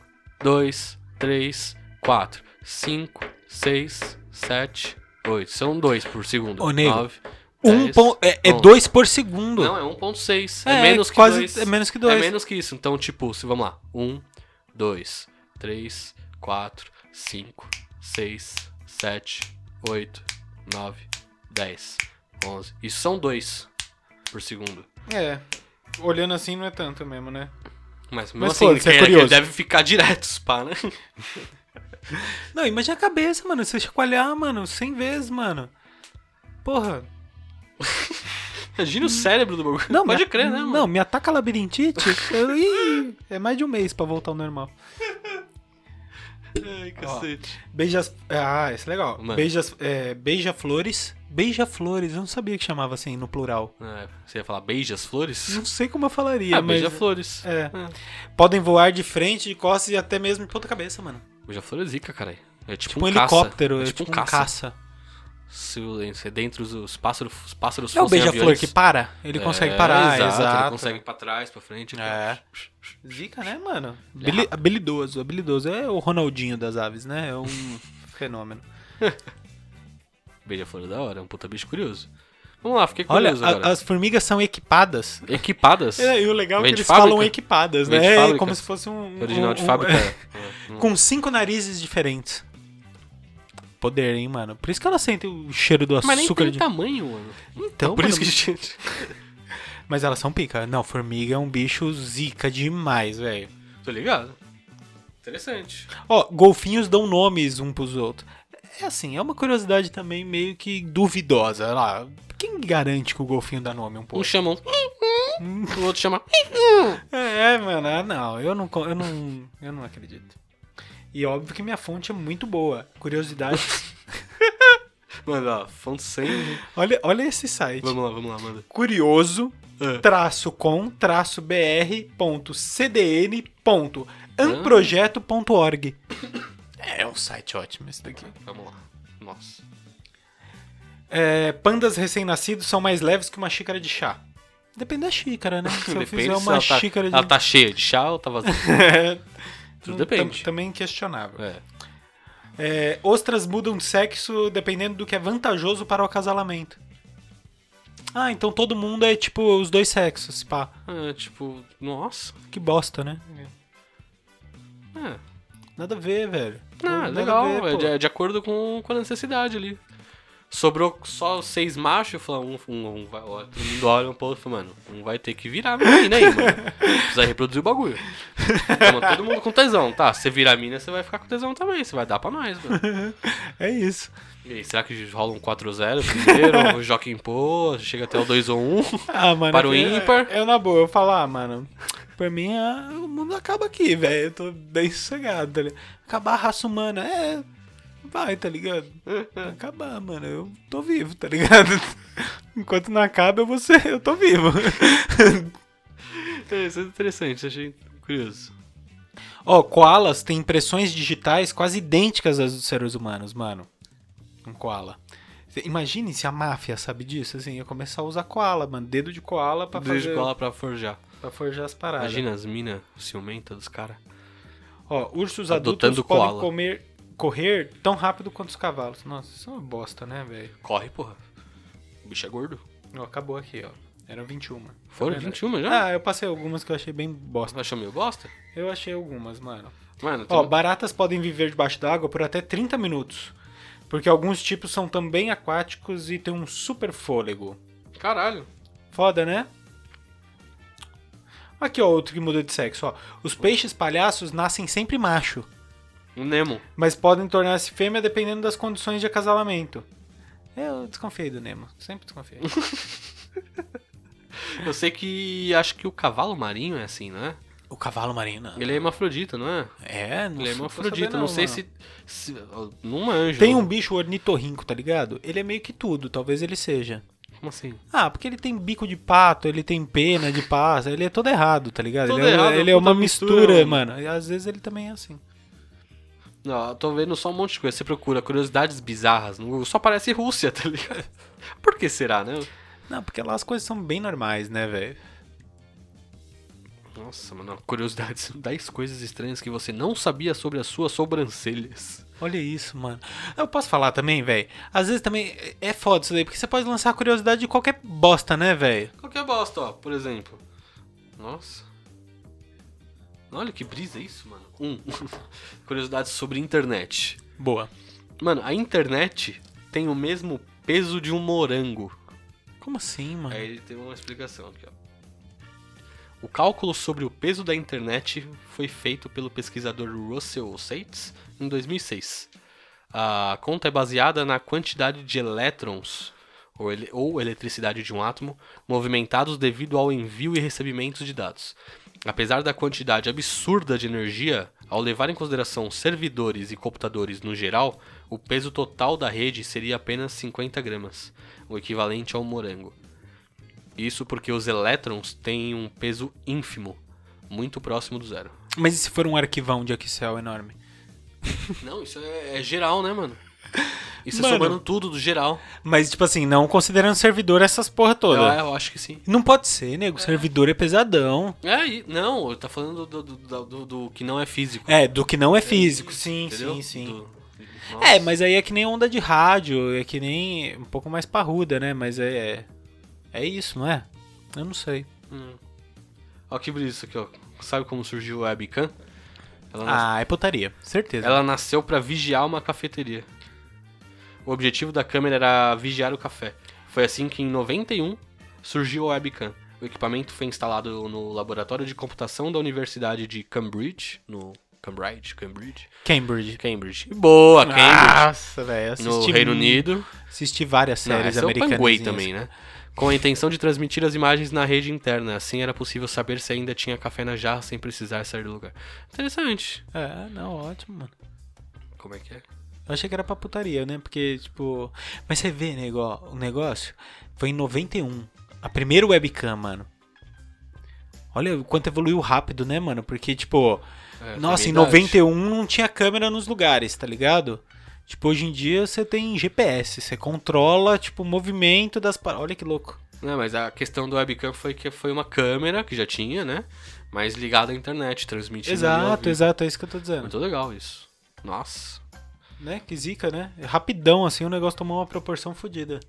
A: dois, três, quatro, cinco, seis, sete, oito. São dois por segundo.
B: Ô, nego,
A: Nove,
B: um
A: dez,
B: pon- é, é
A: onze.
B: dois por segundo.
A: Não, é 1.6. É, menos que
B: quase,
A: dois.
B: É menos que dois.
A: É menos que isso. Então, tipo, se vamos lá. Um, dois, três, quatro, cinco, seis, sete, oito, nove, dez, onze. Isso são dois por segundo.
B: É. Olhando assim não é tanto mesmo, né?
A: Mas, mesmo
B: Mas,
A: assim,
B: foda-se, é
A: que-
B: curioso.
A: que deve ficar direto, pá, né?
B: Não, imagina a cabeça, mano. Você chacoalhar, mano, 100 vezes, mano. Porra.
A: Imagina
B: Hum.
A: o cérebro do bagulho.
B: Não,
A: Pode
B: me-
A: crer, né, mano?
B: Não, me ataca labirintite. eu- Ih, é mais de um mês pra voltar ao normal.
A: Ai,
B: cacete. Beijas. Ah, isso é legal.
A: Mano.
B: Beijas. É, beija-flores. Beija-flores. Eu não sabia que chamava assim no plural.
A: né, você ia falar beijas flores?
B: Não sei como eu falaria,
A: Ah,
B: mas.
A: beija flores. Ah.
B: É. Podem voar de frente, de costas e até mesmo de ponta cabeça, mano.
A: Beija flores é zica, caralho. É tipo,
B: Tipo um,
A: um caça.
B: helicóptero,
A: É
B: tipo, um caça.
A: Se o- se dentro os, os pássaros, os pássaros
B: É o
A: fossem
B: beija-flor
A: Tipo assim, aviões-
B: que para. Ele
A: É,
B: consegue parar,
A: exato,
B: exato.
A: Ele consegue ir pra trás, pra frente.
B: É.
A: pra-
B: Zica, né, mano?
A: Ele é
B: Habili- habilidoso, habilidoso. É o Ronaldinho das aves, né? É um fenômeno.
A: Beija flor é da hora, é um puta bicho curioso. Vamos lá, fiquei
B: Olha,
A: curioso
B: a-
A: agora.
B: as formigas são equipadas.
A: Equipadas?
B: É, e o legal é
A: Vem
B: que
A: de
B: eles
A: fábrica?
B: falam equipadas,
A: Vem
B: né?
A: de
B: É
A: fábrica?
B: como se fosse um.
A: Original
B: um-
A: de
B: um-
A: fábrica? Hum.
B: com cinco narizes diferentes. Poder, hein, mano? Por isso que ela sente o cheiro do
A: Mas nem
B: açúcar
A: tem
B: de.
A: tamanho, mano.
B: Então,
A: Por
B: mano,
A: isso que gente...
B: Mas elas são pica. Não, formiga é um bicho zica demais, velho.
A: Tô ligado. Interessante.
B: Ó, golfinhos dão nomes um pros outros. É assim, é uma curiosidade também meio que duvidosa. Olha lá, quem garante que o golfinho dá nome um
A: Um
B: pouco?
A: chama um... O outro chama...
B: É, é, mano, ah, não, eu não, co- eu não, eu não acredito. E óbvio que minha fonte é muito boa. Curiosidade.
A: Mano, ó, fonte 100.
B: olha, olha esse site.
A: Vamos lá, vamos lá, manda.
B: Curioso
A: Ah.
B: traço com traço br ponto cdn ponto anprojeto ponto org. Ah. É um site ótimo esse daqui.
A: Vamos lá. Nossa.
B: É, pandas recém-nascidos são mais leves que uma xícara de chá. Depende da xícara, né? Se eu fizer uma
A: ela tá,
B: xícara
A: ela
B: de...
A: tá cheia de chá ou tá vazia. Tudo
B: Tam-
A: depende.
B: Também questionável.
A: É.
B: É, ostras mudam de sexo dependendo do que é vantajoso para o acasalamento. Ah, então todo mundo é tipo os dois sexos, pá.
A: Ah, tipo, nossa.
B: Que bosta, né?
A: É.
B: Nada a ver, velho.
A: Ah,
B: Nada a
A: legal.
B: ver,
A: é
B: pô.
A: de, é de acordo com, com a necessidade ali. Sobrou só seis machos, eu falo, um, um, um vai, ó, todo mundo olha um pro outro e fala, mano, um vai ter que virar a menina aí, mano. Precisa reproduzir o bagulho. Então, mano, todo mundo com tesão, tá? Se você virar a mina, você vai ficar com tesão também, você vai dar pra nós, mano.
B: É isso.
A: E aí, será que rola um 4-0 primeiro? um o Joaquim Pô, chega até o 2 ou 1.
B: Ah, mano.
A: Para o
B: eu-
A: ímpar.
B: Eu, na boa, eu falo, ah, mano. Pra mim, ah, o mundo acaba aqui, velho. Eu tô bem sossegado, tá ligado? Acabar a raça humana, é. Vai, tá ligado? Vai acabar, mano. Eu tô vivo, tá ligado? Enquanto não acaba, eu, vou ser, eu tô vivo.
A: É, isso é interessante, achei curioso.
B: Ó, koalas têm impressões digitais quase idênticas às dos seres humanos, mano. Um koala. Cê- Imagine se a máfia sabe disso, assim, ia começar a usar koala, mano. Dedo de koala pra
A: Desde
B: fazer,
A: lá pra forjar.
B: pra forjar as paradas.
A: Imagina as minas ciumentas dos caras.
B: Ó, ursos
A: Tá Adotando
B: adultos podem
A: koala.
B: comer, correr tão rápido quanto os cavalos. Nossa, isso é uma bosta, né, velho?
A: Corre, porra. O bicho é gordo.
B: Ó, acabou aqui, ó. Eram 21. Tá
A: Foram
B: vendo?
A: 21 já?
B: Ah, eu passei algumas que eu achei bem bosta.
A: Você achou meio bosta?
B: Eu achei algumas, mano.
A: Mano,
B: Ó,
A: tem-
B: baratas podem viver debaixo d'água por até 30 minutos. Porque alguns tipos são também aquáticos e têm um super fôlego.
A: caralho.
B: Foda, né? Aqui, ó, outro que muda de sexo, ó. Os peixes palhaços nascem sempre macho,
A: Um Nemo.
B: mas podem tornar-se fêmea dependendo das condições de acasalamento. Eu desconfiei do Nemo, sempre desconfiei.
A: Eu sei que. Acho que o cavalo marinho é assim, não é?
B: o cavalo marinho, não.
A: Ele é hermafrodita, não é?
B: É, não
A: Ele é
B: sou-
A: hermafrodita.
B: tô
A: Não, sei
B: sabendo,
A: se, se. eu Não manjo.
B: Tem um bicho ornitorrinco, tá ligado? Ele é meio que tudo, talvez ele seja.
A: Como assim?
B: Ah, porque ele tem bico de pato, ele tem pena de pássaro, ele é todo errado, tá ligado?
A: Todo
B: ele, é-
A: errado,
B: ele é uma
A: puta
B: mistura,
A: mistura, mano.
B: mano. E às vezes ele também é assim.
A: Não, eu tô vendo só um monte de coisa. Você procura curiosidades bizarras no Google, só aparece Rússia, tá ligado? Por que será, né?
B: Não, porque lá as coisas são bem normais, né, velho?
A: Nossa, mano, curiosidades. 10 coisas estranhas que você não sabia sobre as suas sobrancelhas.
B: Olha isso, mano. Eu posso falar também, velho? Às vezes também é foda isso daí, porque você pode lançar a curiosidade de qualquer bosta, né, velho?
A: Qualquer é bosta, ó, por exemplo. Nossa. Olha que brisa isso, mano. Um. Curiosidades sobre internet.
B: Boa.
A: Mano, a internet tem o mesmo peso de um morango.
B: Como assim, mano?
A: Aí ele tem uma explicação aqui, ó. O cálculo sobre o peso da internet foi feito pelo pesquisador Russell Seitz em 2006. A conta é baseada na quantidade de elétrons ou, ele- ou eletricidade de um átomo movimentados devido ao envio e recebimento de dados. Apesar da quantidade absurda de energia, ao levar em consideração servidores e computadores no geral, o peso total da rede seria apenas 50 gramas, o equivalente ao morango. Isso porque os elétrons têm um peso ínfimo, muito próximo do zero.
B: Mas e se for um arquivão de Excel enorme?
A: Não, isso é, é geral, né, mano? Isso
B: Mano.
A: é somando tudo do geral.
B: Mas, tipo assim, não considerando servidor essas porra
A: Eu,
B: toda.
A: eu acho que sim.
B: Não pode ser, nego. Servidor é pesadão.
A: É, e- não, tá falando do, do- do- do- do que não é físico.
B: É, do que não é físico. sim,
A: entendeu?
B: sim, sim.
A: Do-
B: É, mas aí é que nem onda de rádio, é que nem um pouco mais parruda, né? Mas é. É isso, não é? Eu não sei.
A: Ó, que brisa isso aqui, ó. Sabe como surgiu a webcam? Ela, nas-
B: Ah, é putaria, certeza.
A: ela nasceu pra vigiar uma cafeteria. O objetivo da câmera era vigiar o café. Foi assim que em 91 surgiu a webcam. O equipamento foi instalado no laboratório de computação da Universidade de Cambridge, no Cambridge, Cambridge,
B: Cambridge.
A: Cambridge. Boa, Ah, Cambridge.
B: Nossa, velho.
A: no
B: Ah, assisti
A: Reino
B: mu-
A: Unido.
B: Assisti várias
A: Não,
B: séries
A: essa eu
B: americanas.
A: panguei também, né? Com a intenção de transmitir as imagens na rede interna. Assim era possível saber se ainda tinha café na jarra sem precisar sair do lugar. Interessante.
B: É, não, ótimo, mano.
A: Como é que é?
B: Eu achei que era pra putaria, né? Porque, tipo. Mas você vê, nego, o negócio foi em 91. A primeira webcam, mano. Olha o quanto evoluiu rápido, né, mano? Porque, tipo,
A: É,
B: nossa,
A: tem
B: em
A: idade.
B: 91 não tinha câmera nos lugares, tá ligado? Tipo, hoje em dia você tem GPS, você controla, tipo, o movimento das paradas. Olha que louco.
A: Não, mas a questão do webcam foi que foi uma câmera que já tinha, né? Mas ligada à internet, transmitindo. ao
B: Exato,
A: vivo.
B: exato, é isso que eu tô dizendo.
A: Muito legal isso. Nossa.
B: Né? Que zica, né? Rapidão, assim, o negócio tomou uma proporção fodida.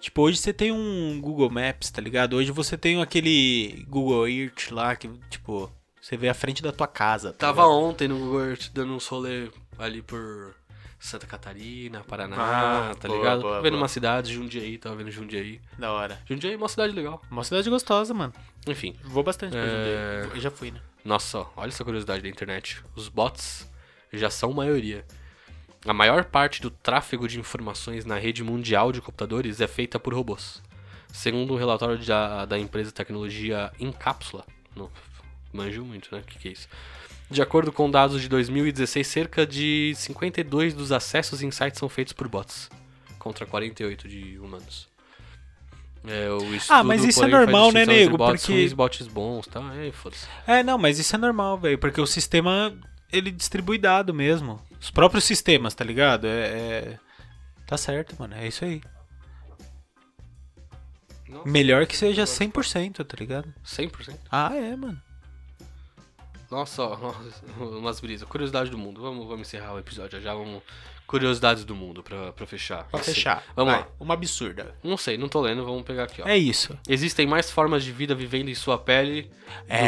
B: Tipo, hoje você tem um Google Maps, tá ligado? Hoje você tem aquele Google Earth lá, que, tipo, você vê a frente da tua casa. Tá
A: Tava
B: ligado?
A: ontem no Google Earth dando uns rolê ali por Santa Catarina, Paraná,
B: Ah,
A: tá
B: boa,
A: ligado?
B: boa,
A: Tava vendo
B: boa.
A: uma cidade, Jundiaí, tava vendo Jundiaí.
B: Da hora.
A: Jundiaí é uma cidade legal.
B: Uma cidade gostosa, mano.
A: Enfim.
B: Vou bastante pra
A: É.
B: Jundiaí. Eu já fui, né?
A: Nossa, ó, olha essa curiosidade da internet. Os bots já são maioria. A maior parte do tráfego de informações na rede mundial de computadores é feita por robôs. Segundo um relatório da, da empresa de tecnologia Encapsula, não manjo muito, né? O que, que é isso? De acordo com dados de 2016, cerca de 52 dos acessos e insights são feitos por bots, contra 48 de humanos. É, o estudo,
B: mas isso é
A: porém, faz
B: normal, né,
A: distinção entre
B: nego?
A: Bots
B: Porque-
A: ruins, bots bons, tá? É, foda-se.
B: É, não, mas isso é normal, velho, porque o sistema, ele distribui dado mesmo. Os próprios sistemas, tá ligado? É, é- Tá certo, mano, é isso aí.
A: Nossa,
B: Melhor que seja 100%, tá ligado?
A: 100%?
B: Ah, é, mano.
A: Nossa, ó, nossa, umas brisas. Curiosidade do mundo. Vamos, vamos encerrar o episódio já. Vamos... Curiosidades do mundo pra, pra fechar.
B: Pra
A: Assim,
B: fechar.
A: Vamos
B: vai.
A: lá.
B: Uma absurda.
A: Não sei, não tô lendo. Vamos pegar aqui, ó.
B: É isso.
A: Existem mais formas de vida vivendo em sua pele
B: É.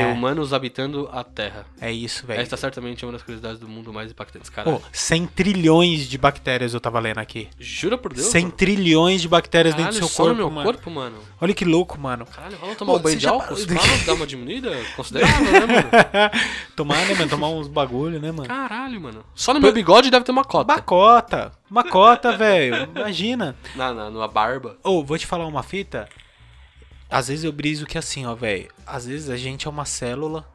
A: do que humanos habitando a Terra.
B: É isso, velho.
A: Esta certamente é uma das curiosidades do mundo mais impactantes. Caralho.
B: Pô, 100 trilhões de bactérias eu tava lendo aqui.
A: Jura por Deus?
B: 100
A: mano?
B: trilhões de bactérias
A: Caralho,
B: dentro do seu
A: só
B: corpo,
A: no meu
B: mano.
A: corpo, mano.
B: Olha que louco, mano.
A: Caralho, vamos tomar
B: Pô,
A: um banho
B: você
A: de
B: já
A: álcool?
B: parou-
A: Pra dar uma diminuída? Considerável, né, mano?
B: Tomar, né, mano? Tomar uns bagulho, né, mano?
A: Caralho, mano. Só no meu bigode deve ter uma cota.
B: Bacota. Macota, velho. Imagina.
A: Na, na, na barba.
B: Ô, vou te falar uma fita. Às vezes eu briso que assim, ó, velho. Às vezes a gente é uma célula,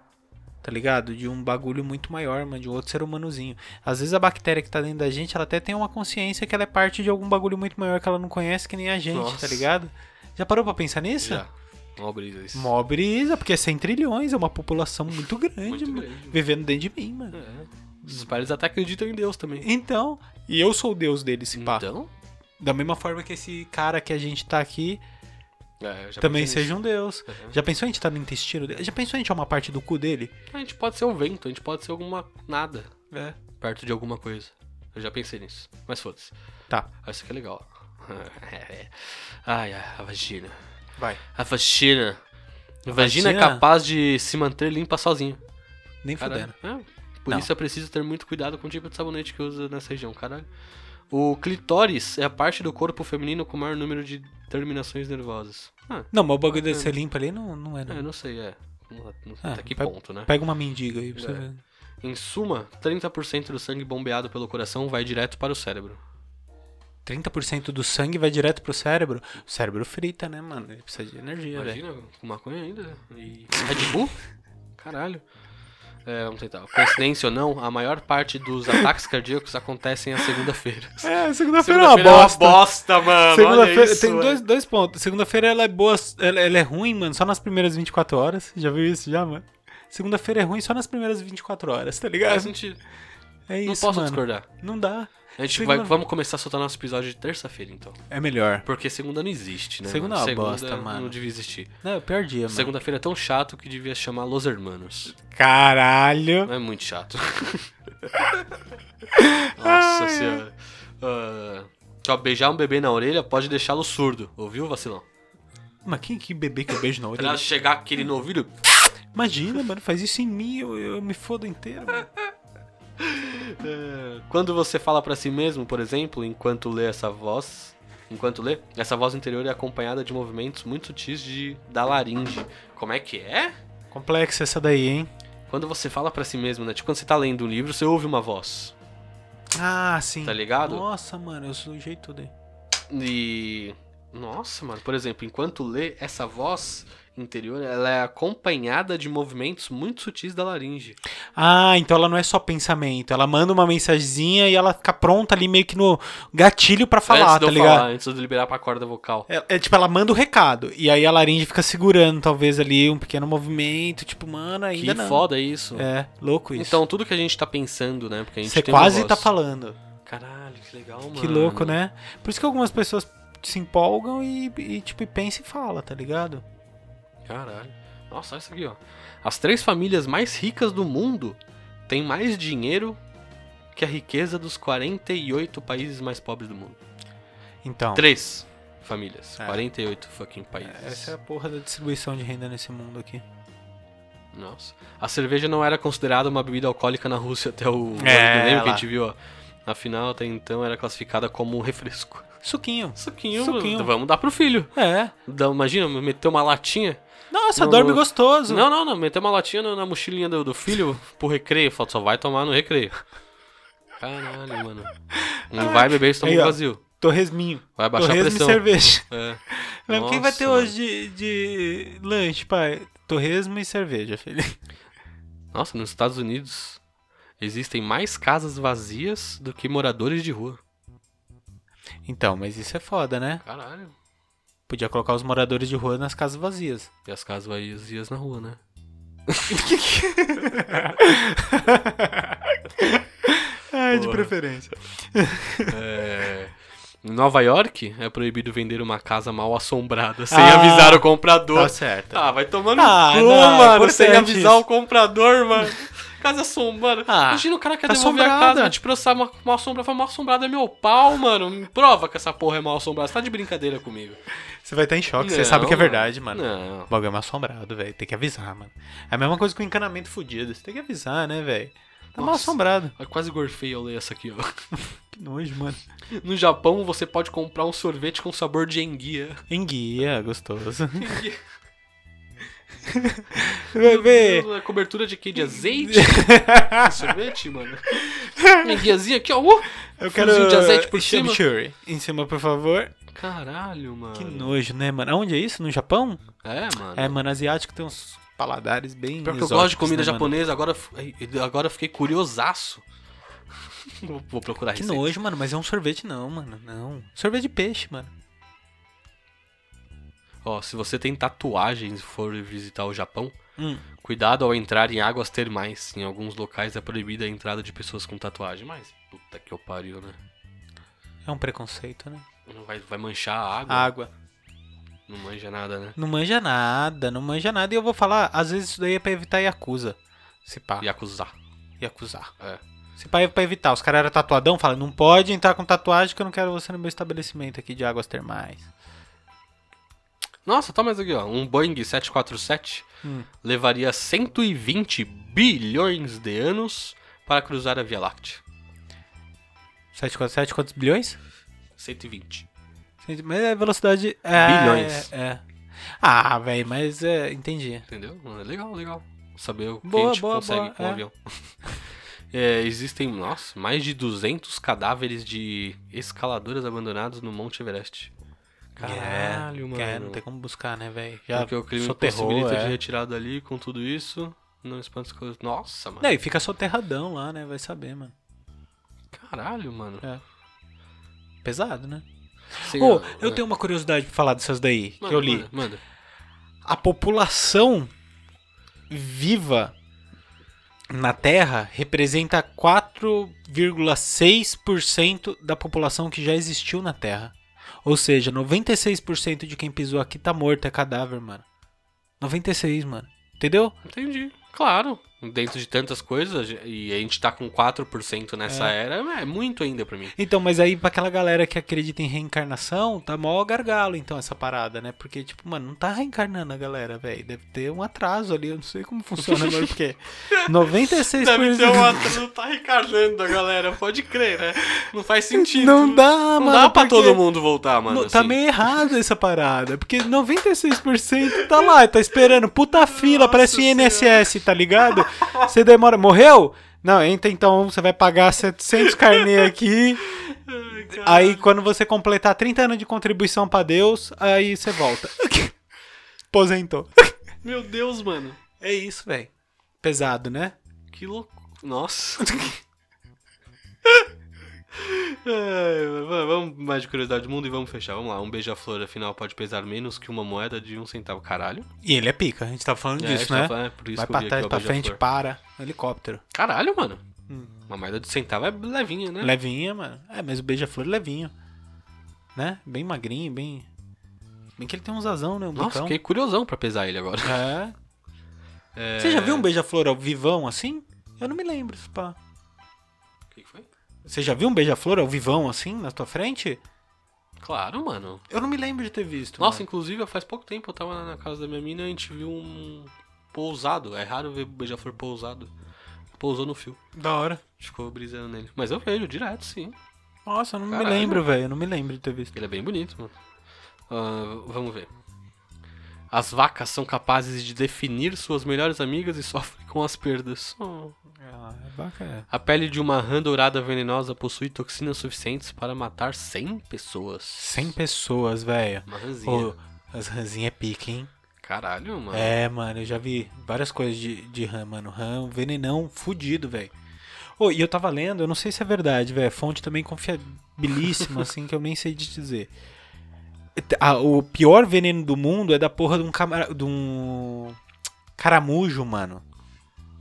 B: tá ligado? De um bagulho muito maior, mano, de um outro ser humanozinho. Às vezes a bactéria que tá dentro da gente, ela até tem uma consciência que ela é parte de algum bagulho muito maior que ela não conhece que nem a gente,
A: Nossa.
B: tá ligado? Já parou pra pensar nisso?
A: Já. Uma brisa isso.
B: Mó brisa, porque é 100 trilhões, é uma população muito grande,
A: Muito
B: mano.
A: grande.
B: Vivendo dentro de mim, mano.
A: É. Os pais até acreditam em Deus também.
B: Então, e eu sou o deus dele, se pá.
A: Então,
B: Da mesma forma que esse cara que a gente tá aqui
A: é, eu já
B: também
A: pensei
B: seja um deus.
A: nisso. É.
B: Já pensou a gente tá no intestino dele? Já pensou a gente é uma parte do cu dele?
A: A gente pode ser um vento, a gente pode ser alguma nada
B: É.
A: perto de alguma coisa. Eu já pensei nisso. Mas foda-se.
B: Tá,
A: Ah, Isso aqui é legal. É, Ai, ai, a vagina.
B: vai.
A: A vagina. A vagina é
B: vagina?
A: capaz de se manter limpa sozinha.
B: Nem
A: Caralho.
B: fudendo.
A: É. Por
B: Não.
A: isso é preciso ter muito cuidado com o tipo de sabonete que usa nessa região, caralho. O clitóris é a parte do corpo feminino com o maior número de terminações nervosas. Ah,
B: Não, mas o bagulho desse ser limpo ali não, não é,
A: É,
B: não.
A: eu não sei, é. Não, não sei
B: É,
A: até que
B: pe-
A: ponto, né?
B: Pega uma mendiga aí pra você
A: É.
B: ver.
A: Em suma, 30% do sangue bombeado pelo coração vai direto para o cérebro.
B: 30% do sangue vai direto pro cérebro. O cérebro frita, né, mano? Ele precisa de energia, velho.
A: Imagina, com maconha ainda. E Red Bull? Caralho. É, vamos tentar. Coincidência ou não, a maior parte dos ataques cardíacos acontecem à segunda-feira.
B: É,
A: Segunda-feira É uma bosta, mano. Olha
B: Segunda-feira
A: isso, é.
B: tem
A: velho.
B: dois, dois pontos. Segunda-feira ela é boa, ela, ela é ruim, mano, só nas primeiras 24 horas. Já viu isso já, mano? Segunda-feira é ruim só nas primeiras 24 horas, tá
A: Faz
B: ligado?
A: sentido.
B: É
A: Não
B: isso,
A: posso
B: mano.
A: discordar.
B: Não dá.
A: A gente
B: Segunda-
A: vai, vamos começar a soltar nosso episódio de terça-feira, então.
B: É melhor.
A: Porque segunda não existe, né?
B: Segunda
A: mano?
B: é uma bosta,
A: Não
B: mano.
A: devia existir.
B: Não, é o pior dia, mano.
A: Segunda-feira é tão chato que devia chamar Los Hermanos.
B: Caralho.
A: Não é muito chato. Nossa senhora. Ah, que, ó, beijar um bebê na orelha pode deixá-lo surdo, ouviu, vacilão?
B: Mas quem que bebê que eu beijo na
A: Pra
B: orelha?
A: chegar aquele no ouvido.
B: Imagina, mano, faz isso em mim, eu, eu me fodo inteiro. mano.
A: É, Quando você fala pra si mesmo, por exemplo, enquanto lê essa voz, enquanto lê, essa voz interior é acompanhada de movimentos muito sutis de da laringe. Como é que é?
B: Complexa essa daí, hein?
A: Quando você fala pra si mesmo, né? Tipo quando você tá lendo um livro, você ouve uma voz,
B: Ah, sim.
A: tá ligado?
B: Nossa, mano, eu sujei tudo aí.
A: E nossa, mano, por exemplo, enquanto lê essa voz interior, ela é acompanhada de movimentos muito sutis da laringe.
B: Ah, então ela não é só pensamento. Ela manda uma mensagenzinha e ela fica pronta ali meio que no gatilho pra falar,
A: antes de
B: tá
A: eu
B: ligado?
A: falar, antes de eu liberar pra corda vocal.
B: É, é tipo, ela manda o recado. E aí a laringe fica segurando, talvez, ali, um pequeno movimento. Tipo, mano, ainda
A: que
B: não.
A: foda isso.
B: É, louco isso.
A: Então, tudo que a gente tá pensando, né? Porque a gente
B: Você
A: tem uma
B: quase
A: voz.
B: tá falando.
A: Caralho, que legal, mano.
B: Que louco, né? Por isso que algumas pessoas se empolgam e, e tipo, e pensa e fala, tá ligado?
A: Caralho. Nossa, olha isso aqui, ó. As três famílias mais ricas do mundo têm mais dinheiro que a riqueza dos 48 países mais pobres do mundo.
B: Então,
A: Três famílias.
B: É.
A: 48 fucking países.
B: essa é a porra da distribuição de renda nesse mundo aqui.
A: Nossa. A cerveja não era considerada uma bebida alcoólica na Rússia até o.
B: É,
A: lembra que a
B: lá.
A: gente viu, ó. Afinal, até então era classificada como um refresco.
B: Suquinho.
A: Suquinho,
B: Suquinho.
A: vamos dar pro filho.
B: É.
A: Dá- imagina, meter uma latinha.
B: Nossa,
A: Não,
B: dorme
A: não.
B: gostoso.
A: Não, não, não. Meter uma latinha no- na mochilinha do, do filho pro recreio. Falta, só vai tomar no recreio. Caralho, mano. Não vai beber
B: Aí,
A: estômago
B: ó.
A: vazio.
B: Torresminho.
A: Vai baixar a
B: Torresmo e
A: pressão.
B: cerveja.
A: É.
B: Lembra quem vai ter
A: Nossa,
B: hoje de, de lanche, pai? Torresmo e cerveja, filho.
A: mano. Nossa, nos Estados Unidos existem mais casas vazias do que moradores de rua.
B: Então, mas isso é foda, né?
A: Caralho.
B: Podia colocar os moradores de rua nas casas vazias.
A: E as casas vazias na rua, né?
B: Ai,
A: Porra.
B: preferência.
A: É... Em Nova York é proibido vender uma casa mal assombrada sem
B: Ah,
A: avisar o comprador.
B: Tá certo.
A: Ah, vai tomando
B: Ah,
A: cu,
B: não, é
A: mano, sem
B: importante
A: avisar
B: isso.
A: o comprador, mano. Casa assombrada.
B: Ah,
A: Imagina o cara quer
B: tá
A: devolver a
B: assombrada.
A: casa, te processar uma, uma assombrada. Fala, mal assombrada é meu pau, mano. Me prova que essa porra é mal assombrada. Você tá de brincadeira comigo.
B: Você vai estar em choque, você
A: Não,
B: sabe que é
A: mano.
B: verdade, mano.
A: Não.
B: O bagulho é mal assombrado, velho. Tem que avisar, mano. É a mesma coisa que o encanamento fudido. Você tem que avisar, né, velho? Tá mal
A: Nossa.
B: assombrado.
A: Eu quase gorfei ao ler essa aqui, ó.
B: Que nojo, mano.
A: No Japão, você pode comprar um sorvete com sabor de enguia.
B: Enguia, gostoso.
A: Enguia.
B: Bebê.
A: A é Cobertura de quê? De azeite? sorvete, mano. Enguiazinha aqui, ó. Uh!
B: Eu quero.
A: Fiozinho de azeite por cima.
B: Chimichurri. Em cima, por favor.
A: Caralho, mano.
B: Que nojo, né, mano? Aonde é isso? No Japão?
A: É, mano.
B: É, mano, asiático tem uns paladares bem.
A: Pior que eu gosto de
B: exóticos,
A: comida
B: né, mano?
A: japonesa, agora, f- ai, agora eu fiquei curiosaço. Vou vou procurar
B: Que
A: receita.
B: nojo, mano, mas é um sorvete não, mano. Não. Sorvete de peixe, mano.
A: Ó, se você tem tatuagens e for visitar o Japão,
B: Hum.
A: cuidado ao entrar em águas termais. Em alguns locais é proibida a entrada de pessoas com tatuagem. Mas, puta que eu pariu, né?
B: É um preconceito, né?
A: Não Vai, vai manchar a água,
B: Água. Ah.
A: não manja nada, né?
B: Não manja nada, não manja nada. E eu vou falar, às vezes isso daí é pra evitar Yakuza. Se pá.
A: E acusar.
B: Yakuza.
A: É.
B: Se pá é pra evitar. Os caras eram tatuadão, falam, não pode entrar com tatuagem que eu não quero você no meu estabelecimento aqui de águas termais.
A: Nossa, toma mais aqui, ó. Um Boeing 747
B: Hum.
A: levaria 120 bilhões de anos para cruzar a Via Láctea.
B: 747, quantos bilhões?
A: 120.
B: Cento- Mas é velocidade... É,
A: Bilhões.
B: É. é. Ah, velho, mas é, entendi.
A: Entendeu? É Legal, legal. Saber o que
B: Boa,
A: a gente
B: boa,
A: consegue
B: boa,
A: com o
B: é.
A: avião. É, existem, nossa, mais de 200 cadáveres de escaladores abandonados no Monte Everest. Caralho,
B: É,
A: mano.
B: É, não tem como buscar, né, velho? Já
A: Porque o crime
B: soterrou,
A: possibilita de
B: é.
A: retirado ali com tudo isso. Não espanta as coisas. Nossa, mano.
B: Não, e fica soterradão lá, né? Vai saber, mano.
A: Caralho, mano.
B: É. Pesado, né?
A: Sei
B: Ô,
A: lá,
B: eu
A: é.
B: tenho uma curiosidade pra falar dessas daí, que
A: Manda,
B: eu li.
A: Manda, manda.
B: A população viva na Terra representa 4,6% da população que já existiu na Terra. Ou seja, 96% de quem pisou aqui tá morto, é cadáver, mano. 96, mano. Entendeu?
A: Entendi. Claro. dentro de tantas coisas, e a gente tá com 4% nessa era, é muito ainda pra mim.
B: Então, mas aí pra aquela galera que acredita em reencarnação, tá mó gargalo, então, essa parada, né? Porque, tipo, mano, não tá reencarnando a galera, velho. Deve ter um atraso ali, eu não sei como funciona agora, porque 96%...
A: Deve ter um atraso, não tá reencarnando a galera, pode crer, né? Não faz sentido.
B: Não dá,
A: Não
B: mano.
A: dá pra
B: porque
A: todo mundo voltar, mano.
B: no- Tá
A: assim.
B: meio errado essa parada, porque 96% tá lá, tá esperando, puta fila,
A: Nossa
B: parece o
A: Senhora.
B: INSS, tá ligado? Você demora, morreu? Não, entra então, você vai pagar 700 carnê aqui,
A: Ai, cara.
B: Aí quando você completar 30 anos de contribuição pra Deus, aí você volta. Aposentou.
A: Meu Deus, mano.
B: É isso, velho. Pesado, né?
A: Que louco. Nossa. Ai, va- vamos mais de curiosidade do mundo e vamos fechar. Vamos lá. Um beija-flor, afinal, pode pesar menos que uma moeda de um centavo. Caralho.
B: E ele é pica, a gente tá falando
A: É, a gente
B: disso,
A: tá
B: né?
A: falando, é, por isso
B: Vai
A: que eu
B: pra
A: vi
B: trás,
A: aqui, ó,
B: pra frente,
A: beija-flor.
B: para. Helicóptero.
A: Caralho, mano.
B: Hum.
A: Uma moeda de centavo é levinha, né?
B: Levinha, mano. É, mas o beija-flor é levinho. Né? Bem magrinho, bem. Bem que ele tem uns azão, né? Um
A: Nossa,
B: bocão.
A: fiquei curiosão pra pesar ele agora.
B: É.
A: É,
B: Você já viu um beija-flor ao vivão assim? Eu não me lembro, se pá.
A: O que que foi?
B: Você já viu um beija-flor ao vivão assim na tua frente?
A: Claro, mano.
B: Eu não me lembro de ter visto.
A: Nossa,
B: mano.
A: inclusive, faz pouco tempo eu tava na casa da minha mina e a gente viu um pousado. É raro ver beija-flor pousado. Pousou no fio.
B: da hora.
A: Ficou brisando nele. Mas eu vejo direto, sim.
B: Nossa, eu não
A: Caralho.
B: me lembro, velho. Eu não me lembro de ter visto.
A: Ele é bem bonito, mano. Ah, vamos ver. As vacas são capazes de definir suas melhores amigas e sofrem com as perdas. Oh.
B: É bacana.
A: A pele de uma rã dourada venenosa possui toxinas suficientes para matar 100 pessoas.
B: 100 pessoas, velho.
A: Uma ranzinha.
B: Pô, as ranzinhas é pica, hein?
A: Caralho, mano.
B: É, mano, eu já vi várias coisas de, de rã, mano. Rã, um venenão fudido, velho. Ô, e eu tava lendo, eu não sei se é verdade, velho. Fonte também confiabilíssima, assim, que eu nem sei te dizer. Ah, o pior veneno do mundo é da porra de um, camara... de um caramujo, mano.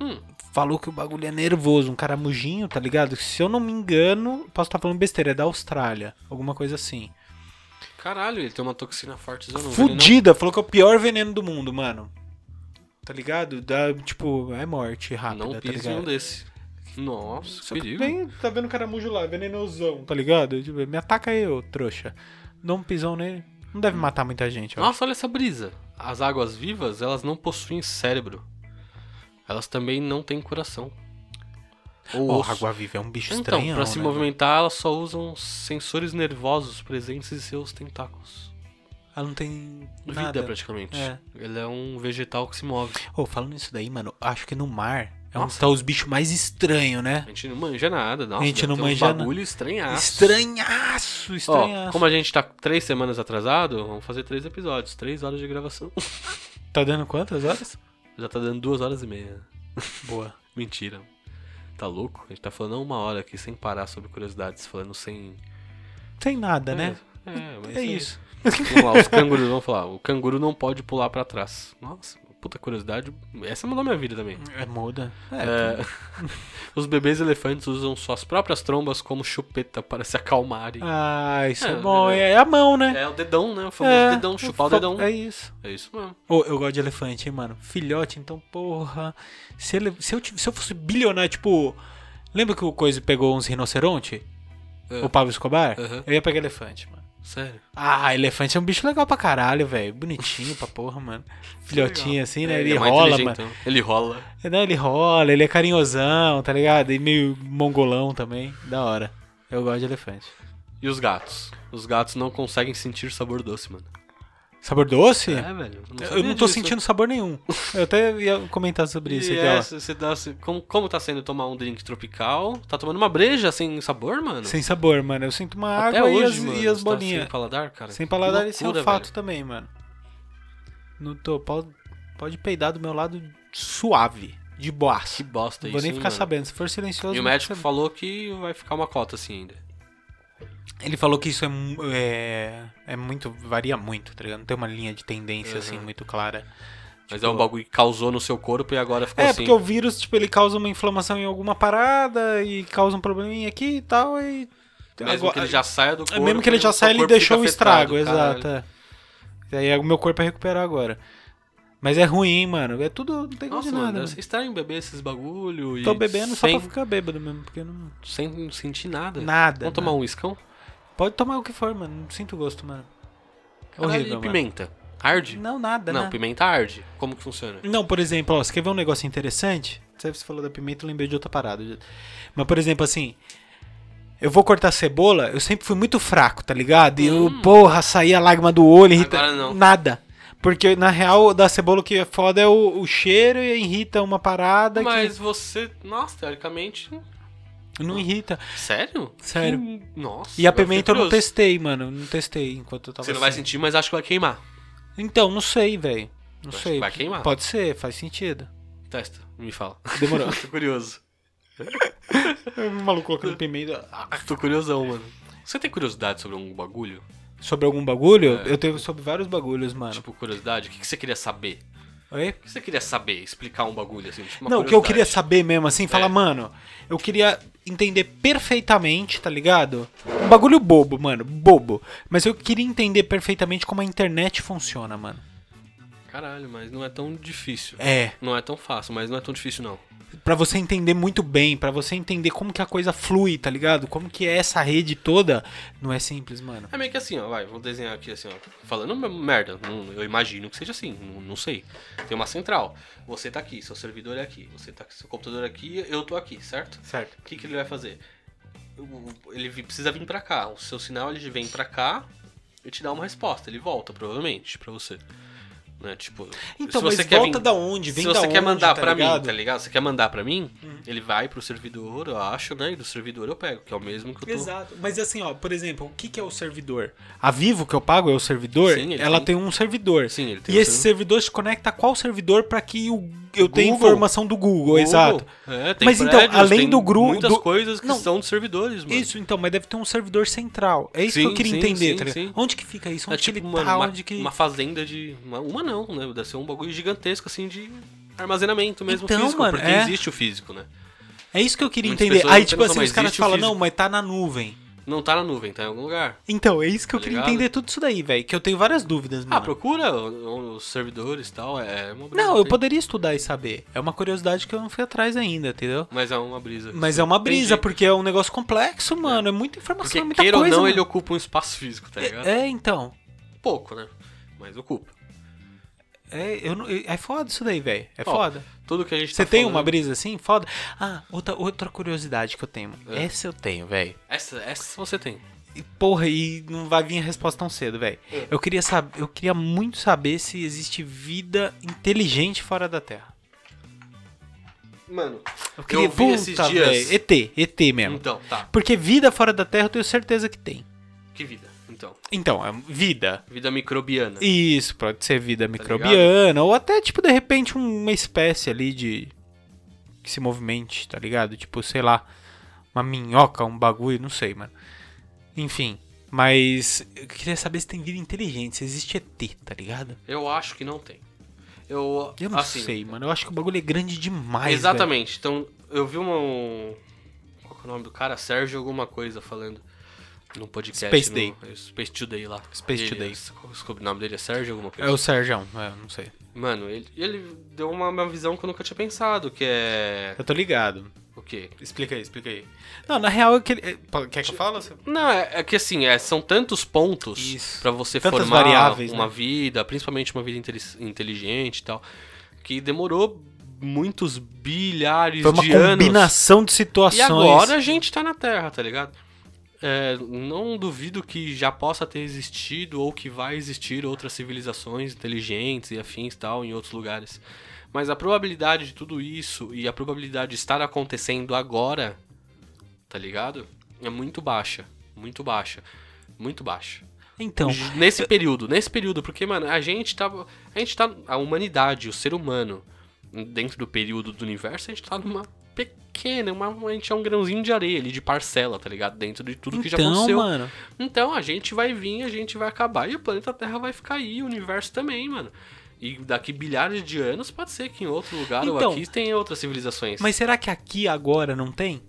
A: Hum.
B: Falou que o bagulho é nervoso, um caramujinho, tá ligado? Se eu não me engano, posso estar falando besteira, é da Austrália, alguma coisa assim.
A: Caralho, ele tem uma toxina um forte.
B: Fudida, falou que é o pior veneno do mundo, mano. Tá ligado? Dá, tipo, é morte rápida,
A: Não
B: tá
A: pise em um
B: ligado?
A: desse. Nossa, que
B: Só que
A: perigo.
B: vem, tá vendo o caramujo lá, venenosão, tá ligado? Tipo, me ataca aí, ô trouxa. Dá um pisão nele. Não deve matar muita gente, ó.
A: Hum. Nossa, olha essa brisa. As águas vivas, elas não possuem cérebro. Elas também não têm coração. Ou
B: Ó,
A: osso.
B: água viva é um bicho
A: Então,
B: estranho.
A: pra se
B: né?
A: movimentar, elas só usam sensores nervosos presentes em seus tentáculos.
B: Ela não tem
A: Vida,
B: nada.
A: praticamente.
B: É.
A: Ele é um vegetal que se move.
B: Ô, falando isso daí, mano, acho que no mar é onde
A: Nossa.
B: tá os bichos mais estranhos, né?
A: A gente não manja nada. Nossa,
B: A gente
A: deve
B: não
A: ter
B: manja
A: um bagulho estranhaço.
B: Estranhaço,
A: Ó,
B: estranhaço.
A: como a gente tá três semanas atrasado, vamos fazer três episódios. Três horas de gravação. é-
B: Tá dando quantas horas?
A: Já tá dando duas horas e meia.
B: Boa.
A: Mentira. Tá louco? A gente tá falando há uma hora aqui sem parar sobre curiosidades, falando sem.
B: Sem nada, né?
A: É, é, mas
B: É isso.
A: Vamos lá, os cangurus, vamos falar. O canguru não pode pular pra trás. Nossa, puta curiosidade. Essa mudou minha vida também.
B: É muda. É,
A: É, Os bebês elefantes usam suas próprias trombas como chupeta para se acalmarem.
B: Ah, isso é,
A: É,
B: bom.
A: é-
B: É, a mão, né?
A: É o dedão, né? O famoso
B: É,
A: dedão, chupar o
B: fa-
A: dedão.
B: É isso.
A: É isso mesmo.
B: Ô, eu gosto de elefante, hein, mano. Filhote, então, porra. Se, ele- se eu, tive- se eu fosse bilionário, tipo. Lembra que o Coisa pegou uns rinoceronte?
A: É.
B: O Pablo Escobar?
A: Aham.
B: Eu ia pegar elefante, mano.
A: Sério.
B: Ah, elefante é um bicho legal pra caralho, velho. Bonitinho pra porra, mano. Filhotinho assim, né?
A: É,
B: ele
A: é mais
B: rola, mano.
A: inteligentão. Ele rola.
B: Não, ele rola, ele é carinhosão, tá ligado? E meio mongolão também. Da hora. Eu gosto de elefante.
A: E os gatos? Os gatos não conseguem sentir sabor doce, mano.
B: Sabor doce?
A: É, velho.
B: eu não tô sentindo sabor nenhum. Eu até ia comentar sobre isso
A: isso
B: aqui,
A: é,
B: ó.
A: você você dá, você- como, como tá sendo tomar um drink tropical? Tá tomando uma breja sem sabor, mano?
B: Sem sabor, mano. Eu sinto uma
A: Até
B: água e
A: hoje,
B: as,
A: mano,
B: e as
A: você tá
B: bolinhas.
A: Sem paladar, cara.
B: Sem paladar, esse é
A: loucura,
B: um fato também, mano. Não tô. Pode, pode peidar do meu lado suave, de
A: velho. Que
B: boaço.
A: bosta
B: Não
A: isso.
B: vou nem
A: hein,
B: ficar
A: mano?
B: sabendo. Se for silencioso.
A: E o
B: não
A: médico
B: sei.
A: falou que vai ficar uma cota assim ainda.
B: Ele falou que isso é, mu- é, é muito. varia muito, tá ligado? Não tem uma linha de tendência, assim,
A: Uhum.
B: muito clara.
A: Mas
B: Tipo,
A: é um bagulho que causou no seu corpo e agora ficou
B: É,
A: assim.
B: porque o vírus, tipo, ele causa uma inflamação em alguma parada e causa um probleminha aqui e tal, e.
A: Mesmo que ele já saia do
B: É
A: corpo.
B: mesmo que ele já
A: o seu
B: saia, ele
A: corpo fica
B: deixou o é.
A: afetado,
B: estrago,
A: caralho.
B: exato. é. E aí o meu corpo vai recuperar agora. Mas é ruim, mano. É tudo. Não tem gosto
A: Nossa,
B: de nada.
A: mano,
B: mano.
A: é estranho beber esses bagulho e.
B: Tô bebendo só
A: sem,
B: pra ficar bêbado mesmo, porque não.
A: Sem sentir nada.
B: Nada.
A: Vamos tomar um iscão?
B: Pode tomar o que for, mano. Não sinto gosto, mano. É horrível.
A: e
B: mano.
A: pimenta? Arde?
B: Não, nada,
A: Não,
B: nada.
A: pimenta arde. Como que funciona?
B: Não, por exemplo, ó, você quer ver um negócio interessante? Você você falou da pimenta, eu lembrei de outra parada. Mas, por exemplo, assim, eu vou cortar cebola, eu sempre fui muito fraco, tá ligado? E eu, porra, saía a lágrima do olho, irrita.
A: Hum. Agora não.
B: Nada. Porque, na real, da cebola o que é foda é o, o cheiro e irrita uma parada
A: Mas você. Nossa, teoricamente.
B: que não irrita.
A: Sério?
B: Sério.
A: Que- Nossa.
B: E a
A: agora fiquei
B: pimenta eu não
A: curioso.
B: testei, mano. Não testei enquanto eu tava
A: Você não vai
B: assim.
A: sentir, mas acho que vai queimar.
B: Então, não sei, velho. Não
A: Acho
B: sei.
A: que vai queimar.
B: Pode ser, faz sentido.
A: Testa, me fala.
B: Demorou.
A: Tô curioso.
B: o um maluco colocando pimenta.
A: Tô curiosão, mano. Você tem curiosidade sobre algum bagulho?
B: Sobre algum bagulho?
A: É.
B: Eu tenho sobre vários bagulhos, mano.
A: Tipo, curiosidade? O que que você queria saber?
B: Oi?
A: O que você queria saber? Explicar um bagulho assim? Tipo, uma
B: Não, o que eu queria
A: curiosidade. É.
B: saber mesmo, assim, falar, mano, eu queria entender perfeitamente, tá ligado? Um bagulho bobo, mano, bobo. Mas eu queria entender perfeitamente como a internet funciona, mano.
A: Caralho, mas não é tão difícil.
B: É,
A: Não é tão fácil, mas não é tão difícil, não.
B: Pra você entender muito bem, pra você entender como que a coisa flui, tá ligado? Como que é essa rede toda, não é simples, mano.
A: É meio que assim, ó, vai, vou desenhar aqui assim, ó. Falando m- merda, não- eu imagino que seja assim, não, não sei. Tem uma central, você tá aqui, seu servidor é aqui, você tá seu computador é aqui, eu tô aqui, certo?
B: Certo.
A: O que, que ele vai fazer? O- o- Ele vi- precisa vir pra cá, o seu sinal ele vem pra cá e te dá uma resposta, ele volta, provavelmente, pra você. Né, tipo,
B: Então,
A: se
B: mas
A: você quer
B: volta
A: vir-
B: da onde? Vem
A: se você
B: da
A: quer
B: onde,
A: mandar
B: tá
A: pra
B: ligado? Uhum.
A: mim, tá ligado? Você quer mandar pra mim, ele vai pro servidor, eu acho, né? E do servidor eu pego, que é o mesmo que eu tô.
B: Exato. Mas assim, ó, por exemplo, o que, que é o servidor? A Vivo que eu pago é o servidor,
A: Sim, ele
B: ela
A: tem.
B: tem. um servidor.
A: Sim, ele tem
B: e
A: um
B: esse servidor se conecta a qual servidor para que o, eu tenha
A: Google.
B: informação do Google, exato.
A: É, tem
B: Mas então,
A: prédios,
B: além
A: tem
B: do grupo-
A: Muitas
B: do-
A: coisas que
B: Não.
A: são dos servidores, mano.
B: Isso, então, mas deve ter um servidor central. É isso que
A: Sim,
B: eu queria
A: sim,
B: entender,
A: sim,
B: tá ligado?
A: sim.
B: Onde que fica isso?
A: É
B: Onde
A: tipo,
B: que ele
A: mano,
B: tá?
A: uma,
B: onde que...
A: uma fazenda de. Uma, uma não, né? Deve ser um bagulho gigantesco, assim, de armazenamento mesmo
B: Então,
A: físico.
B: mano,
A: porque
B: é.
A: existe o físico, né?
B: É isso que eu queria
A: Muitas
B: entender.
A: pessoas
B: Aí,
A: não
B: tipo
A: têm
B: assim,
A: noção,
B: os
A: mas
B: caras
A: existe o
B: falam,
A: físico.
B: não, mas tá na nuvem.
A: Não tá na nuvem, tá em algum lugar.
B: Então, é isso que eu
A: Tá
B: queria
A: ligado?
B: entender tudo isso daí, velho. Que eu tenho várias dúvidas,
A: Ah,
B: mano.
A: procura o- os servidores e tal. É uma brisa.
B: Não, eu
A: tem-
B: poderia estudar e saber. É uma curiosidade que eu não fui atrás ainda, entendeu?
A: Mas é uma brisa.
B: Mas é uma brisa,
A: Entendi.
B: porque é um negócio complexo, mano. É, muita informação,
A: Porque,
B: é muita
A: queira
B: coisa.
A: ou não,
B: mano.
A: ele ocupa um espaço físico, tá ligado?
B: É, então.
A: Pouco, né? Mas ocupa.
B: É, eu não- é foda isso daí, velho. É
A: Ó,
B: foda.
A: Tudo que a gente
B: Você
A: tá
B: tem
A: falando-
B: uma brisa assim? Foda. Ah, outra, outra curiosidade que eu tenho.
A: É.
B: Essa eu tenho, velho.
A: Essa, essa você tem.
B: E, Porra, e não vai vir a resposta tão cedo, velho.
A: É.
B: Eu queria saber, eu queria muito saber se existe vida inteligente fora da Terra.
A: Mano,
B: Eu queria
A: vi esses dias-
B: véi, ET, ET mesmo.
A: então, tá.
B: Porque vida fora da Terra eu tenho certeza que tem.
A: Que vida, então.
B: Então, é vida.
A: Vida microbiana.
B: Isso, pode ser
A: Tá
B: vida microbiana, ou até, tipo, de repente, uma espécie ali de. que se movimente, tá ligado? Tipo, sei lá, uma minhoca, um bagulho, não sei, mano. Enfim, mas eu queria saber se tem vida inteligente, se existe ET, tá ligado?
A: Eu acho que não tem. Eu,
B: Eu não
A: assim,
B: sei, mano. Eu acho que o bagulho é grande demais.
A: Exatamente. Então, eu vi uma, um. Qual que é o nome do cara? Sérgio alguma coisa falando num podcast.
B: Space
A: no- é,
B: Day.
A: Space Today lá.
B: Space
A: Ele-
B: Today.
A: o sobrenome dele é Sérgio alguma
B: velho.
A: coisa.
B: É o Sérgio, é, não sei.
A: Mano, ele, ele deu uma, uma visão que eu nunca tinha pensado, que é.
B: Eu tô ligado.
A: O quê?
B: Explica aí, explica aí. Não, na real, eu queria. Quer que eu fale?
A: Não, é, é que assim, é, são tantos pontos
B: Isso.
A: pra você
B: Tantas
A: formar
B: variáveis,
A: uma
B: né?
A: vida, principalmente uma vida inteli- inteligente e tal, que demorou muitos bilhares
B: Foi uma
A: de anos.
B: combinação de
A: E
B: situações.
A: agora a gente tá na Terra, tá ligado? É, não duvido que já possa ter existido ou que vai existir outras civilizações inteligentes e afins tal em outros lugares. Mas a probabilidade de tudo isso e a probabilidade de estar acontecendo agora, tá ligado? É muito baixa. Muito baixa. Muito baixa.
B: Então,
A: Nesse período, nesse período, porque, mano, a gente tá. A gente tá. A humanidade, o ser humano, dentro do período do universo, a gente tá numa pequena, uma, a gente é um grãozinho de areia ali, de parcela, tá ligado? Dentro de tudo que já
B: então,
A: aconteceu.
B: mano.
A: Então a gente vai vir, a gente vai acabar e o planeta Terra vai ficar aí, o universo também, mano. E daqui bilhares de anos pode ser que em outro lugar
B: Então,
A: ou aqui tenha outras civilizações.
B: Mas será que aqui agora não tem?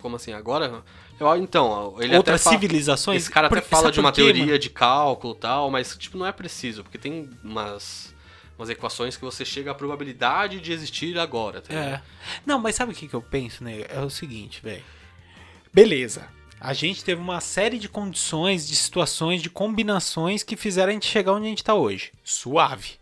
A: Como assim, agora? Eu, então, ele
B: Outras
A: até fala-
B: civilizações?
A: Esse cara até
B: Por-
A: fala
B: sabe
A: de uma
B: por quê,
A: teoria
B: mano?
A: de cálculo e tal, mas, tipo, não é preciso, porque tem umas umas equações que você chega à probabilidade de existir agora, tá ligado?
B: É. Não, mas sabe o que, que eu penso, né? É o seguinte, velho. Beleza. A gente teve uma série de condições, de situações, de combinações que fizeram a gente chegar onde a gente tá hoje. Suave.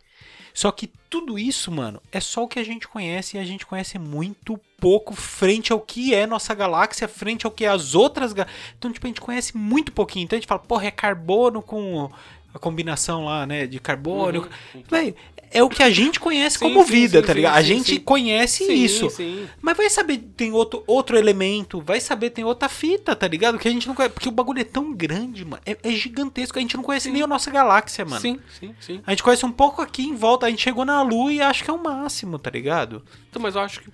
B: Só que tudo isso, mano, é só o que a gente conhece e a gente conhece muito pouco frente ao que é nossa galáxia, frente ao que é as outras galáxias. Então, tipo, a gente conhece muito pouquinho. Então a gente fala, porra, é carbono com a combinação lá, né, de carbono.
A: Uhum.
B: Véi, é o que a gente conhece
A: Sim,
B: como
A: sim,
B: vida,
A: sim,
B: tá
A: sim,
B: ligado? a
A: sim,
B: gente
A: sim.
B: conhece
A: Sim,
B: isso.
A: Sim.
B: Mas vai saber tem outro, outro elemento, vai saber tem outra fita, tá ligado? Que a gente não conhece. Porque o bagulho é tão grande, mano. É, é gigantesco. A gente não conhece nem a nossa galáxia, É, mano.
A: Sim, sim, sim.
B: A gente conhece um pouco aqui em volta. A gente chegou na Lua e acha que é o máximo, tá ligado?
A: Então, mas eu acho que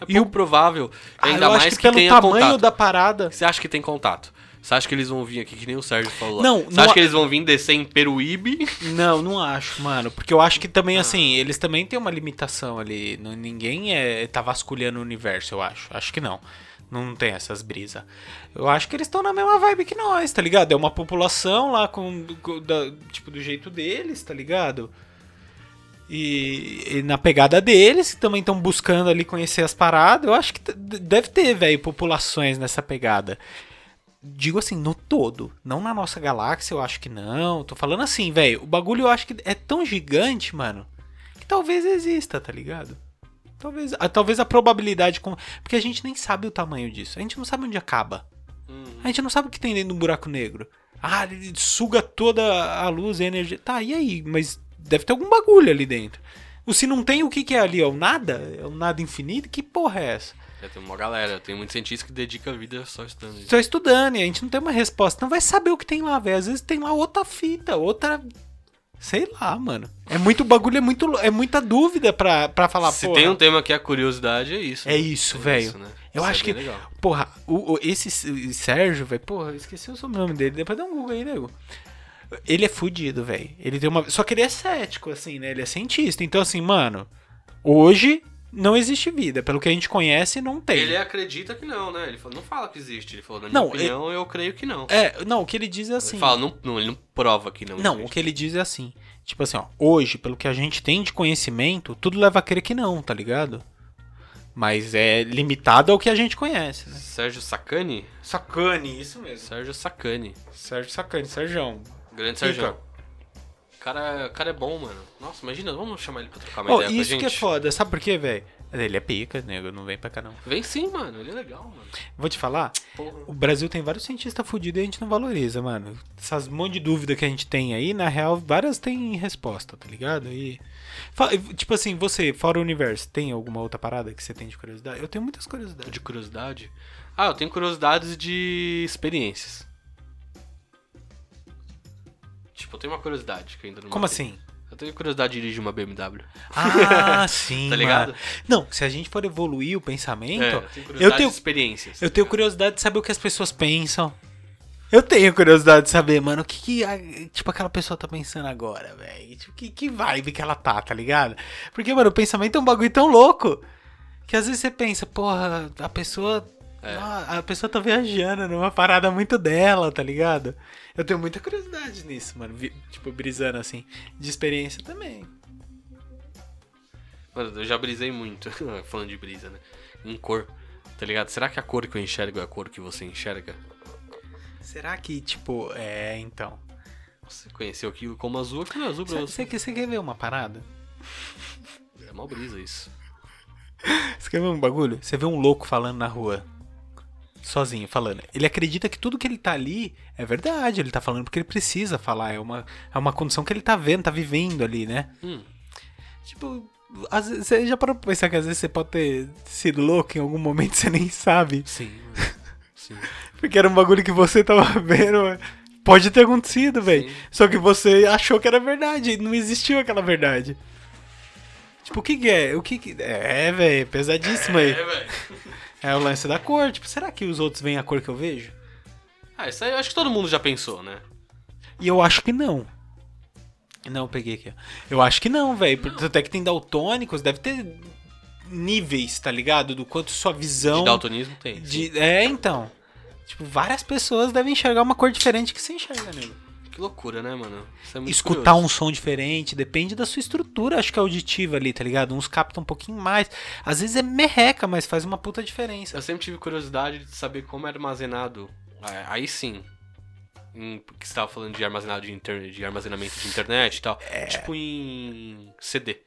A: é
B: E
A: pouco
B: o-
A: provável,
B: Ah,
A: ainda
B: eu
A: mais
B: acho
A: que,
B: pelo
A: tenha
B: tamanho
A: contato.
B: da parada.
A: Você acha que tem contato? Você acha que eles vão vir aqui, que nem o Sérgio falou? lá?
B: Não,
A: Você
B: não é-
A: acha
B: a-
A: que eles vão vir descer em Peruíbe?
B: Não, não acho, mano. Porque eu acho que também, assim, eles também têm uma limitação ali. Não- Ninguém é, tá vasculhando o universo, eu acho. Acho que não. Não tem essas brisas. Eu acho que eles estão na mesma vibe que nós, tá ligado? É uma população lá com, com- da- tipo, do jeito deles, tá ligado? E, e na pegada deles, que também estão buscando ali conhecer as paradas. Eu acho que t- deve ter, velho, populações nessa pegada. Digo assim, no todo. Não na nossa galáxia, eu acho que não. Tô falando assim, velho. O bagulho eu acho que é tão gigante, mano, que talvez exista, tá ligado? Talvez a, talvez a probabilidade. Com... Porque a gente nem sabe o tamanho disso. A gente não sabe onde acaba.
A: Hum,
B: A gente não sabe o que tem dentro do buraco negro. Ah, ele suga toda a luz e a energia. Tá, e aí? Mas deve ter algum bagulho ali dentro. O se não tem, o que, que é ali? É o nada? É o nada infinito? Que porra é essa?
A: Já tem uma galera, tem muitos cientistas que dedicam a vida só estudando isso.
B: Só estudando e a gente não tem uma resposta. Não vai saber o que tem lá, velho. Às vezes tem lá outra fita, outra. Sei lá, mano. É muito bagulho, é, muito, lou- é muita dúvida pra, pra falar,
A: Se
B: porra.
A: tem um tema que é a curiosidade, é isso.
B: É isso, velho.
A: né?
B: Eu
A: Isso é
B: acho
A: bem
B: que-
A: legal.
B: Porra, o, o- esse S- Sérgio, velho, porra, eu esqueci o sobrenome dele. Depois dá um Google aí, nego. Ele é fudido, velho. Ele tem uma. Só que ele é cético, assim, né? Ele é cientista. Então, assim, mano, hoje não existe vida. Pelo que a gente conhece, não tem.
A: Ele é- acredita que não, né? Ele falou, não fala que existe. Ele falou, na minha
B: Não,
A: opinião, eu creio que não.
B: É, não, o que ele diz é assim.
A: Ele fala, não, não, ele não prova que não
B: Não, o
A: existe.
B: que ele diz é assim. Tipo assim, ó, hoje, pelo que a gente tem de conhecimento, tudo leva a crer que não, tá ligado? Mas é limitado ao que a gente conhece, né?
A: Sérgio Sacani?
B: Sacane, isso mesmo.
A: Sérgio Sacani.
B: Sérgio Sacane, Sérgio.
A: Grande
B: Fica.
A: Sérgio. O cara, o cara é bom, mano. Nossa, imagina, vamos chamar ele pra trocar uma
B: Oh,
A: ideia com a
B: isso
A: gente.
B: que é foda, sabe por quê, velho? Ele é pica, nego, não vem pra cá não.
A: Vem sim, mano. Ele é legal, mano.
B: Vou te falar,
A: Porra.
B: o Brasil tem vários cientistas fudidos e a gente não valoriza, mano. Essas monte de dúvida que a gente tem aí, na real, várias têm resposta, tá ligado? E. fa- Tipo assim, você, fora o universo, tem alguma outra parada que você tem de curiosidade? Eu tenho muitas curiosidades.
A: De curiosidade? Ah, eu tenho curiosidades de experiências. Tipo, eu tenho uma curiosidade que eu ainda não
B: Como
A: matei.
B: assim?
A: Eu tenho curiosidade de dirigir uma BMW.
B: Ah, sim.
A: Tá ligado?
B: mano. Não, se a gente for evoluir o pensamento,
A: É, eu tenho curiosidade
B: eu tenho-
A: de experiências.
B: eu tenho curiosidade de saber o que as pessoas pensam. Eu tenho curiosidade de saber, mano, o que, que a- tipo aquela pessoa tá pensando agora, velho? Tipo, que, que vibe que ela tá, tá ligado? Porque, mano, o pensamento é um bagulho tão louco que às vezes você pensa, porra, a pessoa
A: É.
B: ah, a pessoa tá viajando numa parada muito dela, tá ligado? Eu tenho muita curiosidade nisso, mano, vi- tipo brisando assim, de experiência também.
A: Mano, eu já brisei muito, falando de brisa, né? Em cor, tá ligado? Será que a cor que eu enxergo é a cor que você enxerga?
B: Será que, tipo, é, então.
A: Você conheceu aquilo como azul, aquilo é azul pra você.
B: Você quer, cê quer ver uma parada?
A: É mó brisa isso.
B: Você quer ver um bagulho? Você vê um louco falando na rua. Sozinho falando. Ele acredita que tudo que ele tá ali é verdade. Ele tá falando porque ele precisa falar. É uma, é uma condição que ele tá vendo, tá vivendo ali, né?
A: Hum,
B: Tipo, às vezes, você já parou pra pensar que às vezes você pode ter sido louco em algum momento e você nem sabe.
A: sim, mano. sim.
B: Porque era um bagulho que você tava vendo. mas Pode ter acontecido, velho.
A: Sim.
B: Só que você achou que era verdade. e Não existiu aquela verdade. Tipo, o que que é? O que que... É, velho. Pesadíssimo aí.
A: velho.
B: É o lance da cor. Tipo, será que os outros veem a cor que eu vejo?
A: Ah, isso aí eu acho que todo mundo já pensou, né?
B: E eu acho que não. Não, peguei aqui. ó. Eu acho que não, velho. Porque Até que tem daltônicos. Deve ter níveis, tá ligado? Do quanto sua visão...
A: De daltonismo tem. sim.
B: de- É, então. Tipo, várias pessoas devem enxergar uma cor diferente que você enxerga, nego.
A: Que loucura, né, mano? Isso é muito
B: escutar
A: curioso.
B: um som diferente, depende da sua estrutura, acho que auditiva ali, tá ligado? Uns captam um pouquinho mais. Às vezes é merreca, mas faz uma puta diferença.
A: Eu sempre tive curiosidade de saber como é armazenado. é, Aí sim. Em, que você tava falando de armazenado de, inter- de armazenamento de internet e tal. Tipo em CD.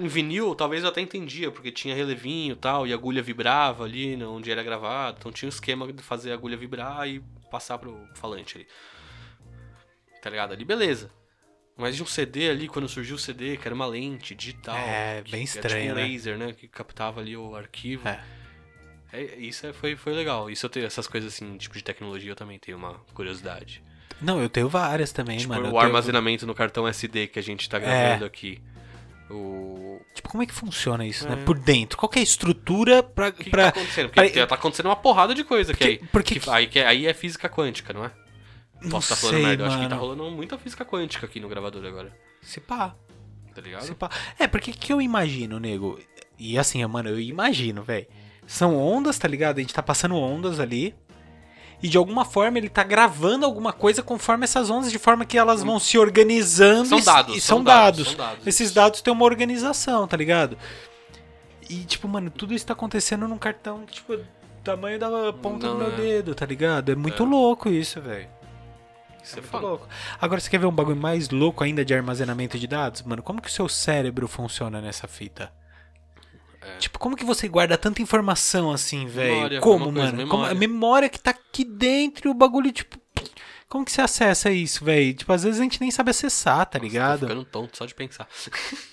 A: Em vinil, talvez eu até entendia, porque tinha relevinho e tal, e a agulha vibrava ali né, onde era gravado. Então tinha um esquema de fazer a agulha vibrar e passar pro falante ali. Tá ligado? Ali, beleza. Mas de um CD ali, quando surgiu o CD, que era uma lente digital.
B: É,
A: que
B: bem
A: era
B: estranho,
A: Tipo um
B: né?
A: laser, né? Que captava ali o arquivo.
B: É.
A: É, isso é- foi, foi legal. Isso eu tenho essas coisas assim, tipo de tecnologia, eu também tenho uma curiosidade.
B: Não, eu tenho várias também,
A: tipo,
B: mano. eu
A: o
B: tenho- É.
A: armazenamento no cartão SD que a gente tá gravando aqui. O.
B: Tipo, como é que funciona isso, né? Por dentro. Qual que é a estrutura pra.
A: O que, que
B: pra...
A: tá acontecendo? Porque
B: pra-
A: tá acontecendo uma porrada de coisa
B: Porque-
A: que aí.
B: porque
A: que-
B: que-
A: aí, que- aí é física quântica, não é?
B: Não
A: Posso estar tá
B: sei,
A: falando merda, eu acho que tá
B: mano.
A: rolando muita física quântica aqui no gravador agora.
B: Se pá.
A: Tá ligado?
B: Se pá. É, porque que eu imagino, nego? E assim, mano, eu imagino, velho. São ondas, tá ligado? A gente tá passando ondas ali. E de alguma forma ele tá gravando alguma coisa conforme essas ondas, de forma que elas vão se organizando.
A: Hum. São
B: e-
A: dados,
B: E
A: são
B: são,
A: dados,
B: dados,
A: são dados,
B: Esses
A: isso.
B: dados têm uma organização, tá ligado? E, tipo, mano, tudo isso tá acontecendo num cartão, tipo, tamanho da ponta
A: Não,
B: do meu
A: é.
B: dedo, tá ligado? É muito
A: É.
B: louco isso, velho.
A: Isso é
B: Muito
A: foda.
B: louco. Agora você quer ver um bagulho mais louco ainda de armazenamento de dados? Mano, como que o seu cérebro funciona nessa fita? Tipo, como que você guarda tanta informação assim,
A: É. Memória,
B: velho? Como,
A: alguma coisa,
B: mano? Como- a
A: memória.
B: memória que tá aqui dentro e o bagulho, tipo. Como que você acessa isso, velho? Tipo, às vezes a gente nem sabe acessar, tá
A: Tô
B: ligado?
A: ficando tonto só de pensar.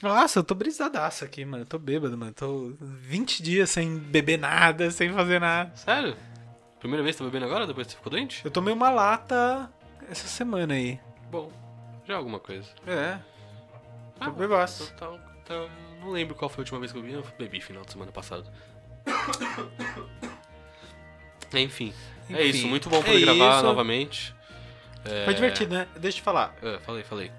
B: Nossa, eu tô brisadaço aqui, mano. Eu tô bêbado, mano. Tô 20 dias sem beber nada, sem fazer nada.
A: Sério? Primeira vez que tá bebendo agora, depois que você ficou doente?
B: Eu tomei uma lata essa semana aí.
A: Bom, já é alguma coisa.
B: É.
A: Ah,
B: bebaço.
A: Então, então, não lembro qual foi a última vez que eu bebi, eu bebi final de semana passado. Enfim, é
B: Enfim,
A: isso, muito bom poder
B: é
A: gravar
B: isso.
A: novamente.
B: Foi divertido, né? Deixa eu te falar.
A: É, falei, falei.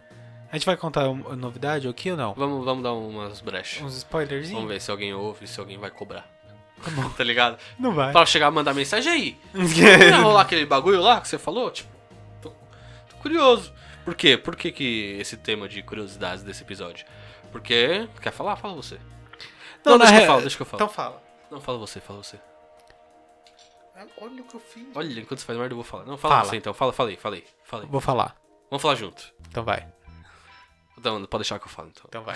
B: A gente vai contar uma novidade aqui ou não?
A: Vamos, vamos dar umas brechas.
B: Uns
A: Vamos
B: spoilerzinhos?
A: ver se alguém ouve, se alguém vai cobrar. tá ligado?
B: Não vai.
A: Pra chegar e mandar mensagem aí. Não ia rolar aquele bagulho lá que você falou? Tipo, tô, tô curioso. Por quê? Por que, que esse tema de curiosidades desse episódio? Porque. Quer falar? Fala você. Não, deixa que eu falo, deixa que eu falo.
B: Então fala.
A: Não, fala você, fala você.
B: Olha o que eu fiz.
A: Olha, enquanto você faz merda, eu vou falar. Não, fala,
B: Fala.
A: você então. Fala, falei, falei, falei.
B: Vou falar.
A: Vamos falar junto.
B: Então vai.
A: Então, pode deixar que eu falo, então.
B: Então vai.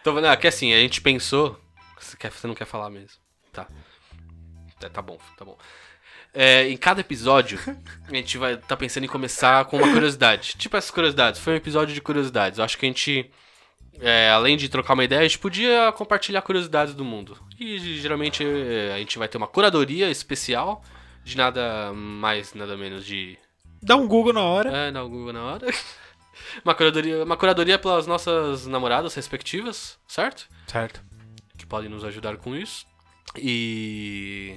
A: Então, não, que assim, a gente pensou... Você, quer, você não quer falar mesmo. Tá. É, tá bom, tá bom. É, em cada episódio, a gente vai tá pensando em começar com uma curiosidade. Tipo essas curiosidades. Foi um episódio de curiosidades. Eu acho que a gente... é, além de trocar uma ideia, a gente podia compartilhar curiosidades do mundo. E geralmente é, a gente vai ter uma curadoria especial de nada mais, nada menos de
B: Dá um Google na hora.
A: É, na Google na hora. Uma curadoria, uma curadoria pelas nossas namoradas respectivas, certo?
B: Certo.
A: Que podem nos ajudar com isso. E.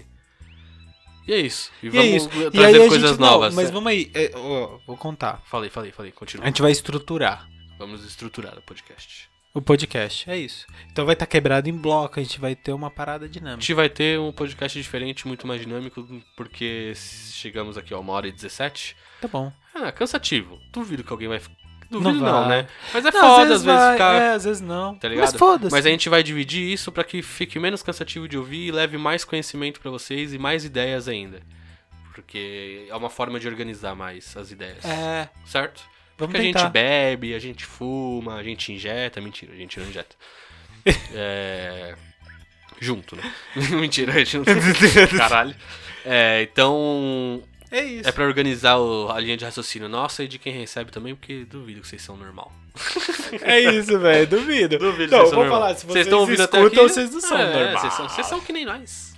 A: E é isso. E,
B: E é
A: vamos
B: isso.
A: trazer
B: E aí a
A: coisas
B: gente, não,
A: novas.
B: mas vamos aí. É, ó, vou contar.
A: Falei, falei, falei.
B: A
A: Continua.
B: gente vai estruturar
A: Vamos estruturar o podcast.
B: o podcast. É isso. Então vai estar quebrado em bloco. A gente vai ter uma parada
A: A
B: dinâmica.
A: gente vai ter um podcast diferente, muito mais dinâmico, porque chegamos aqui a uma hora e 17.
B: Tá bom.
A: Ah, cansativo. Duvido que alguém vai. fi- Duvido não,
B: vai.
A: né? Mas é foda às vezes,
B: vai,
A: ficar
B: É, às vezes não.
A: Tá ligado?
B: Mas foda-se.
A: Mas a gente vai dividir isso pra que fique menos cansativo de ouvir e leve mais conhecimento pra vocês e mais ideias ainda. Porque é uma forma de organizar mais as ideias,
B: É,
A: certo?
B: vamos
A: Porque a gente
B: tentar.
A: bebe, a gente fuma, a gente injeta. Mentira, a gente não injeta. é... Junto, né? Mentira, a gente não... Caralho. É, então,
B: É isso.
A: é pra organizar o- a linha de raciocínio nossa e de quem recebe também, porque duvido que vocês são normal.
B: É isso, velho. Duvido.
A: Duvido vocês
B: Não,
A: são
B: eu vou
A: normal.
B: falar. Se vocês,
A: tão ouvindo até
B: escutam,
A: aqui,
B: vocês não são
A: é,
B: normais.
A: Vocês são, vocês são que nem nós.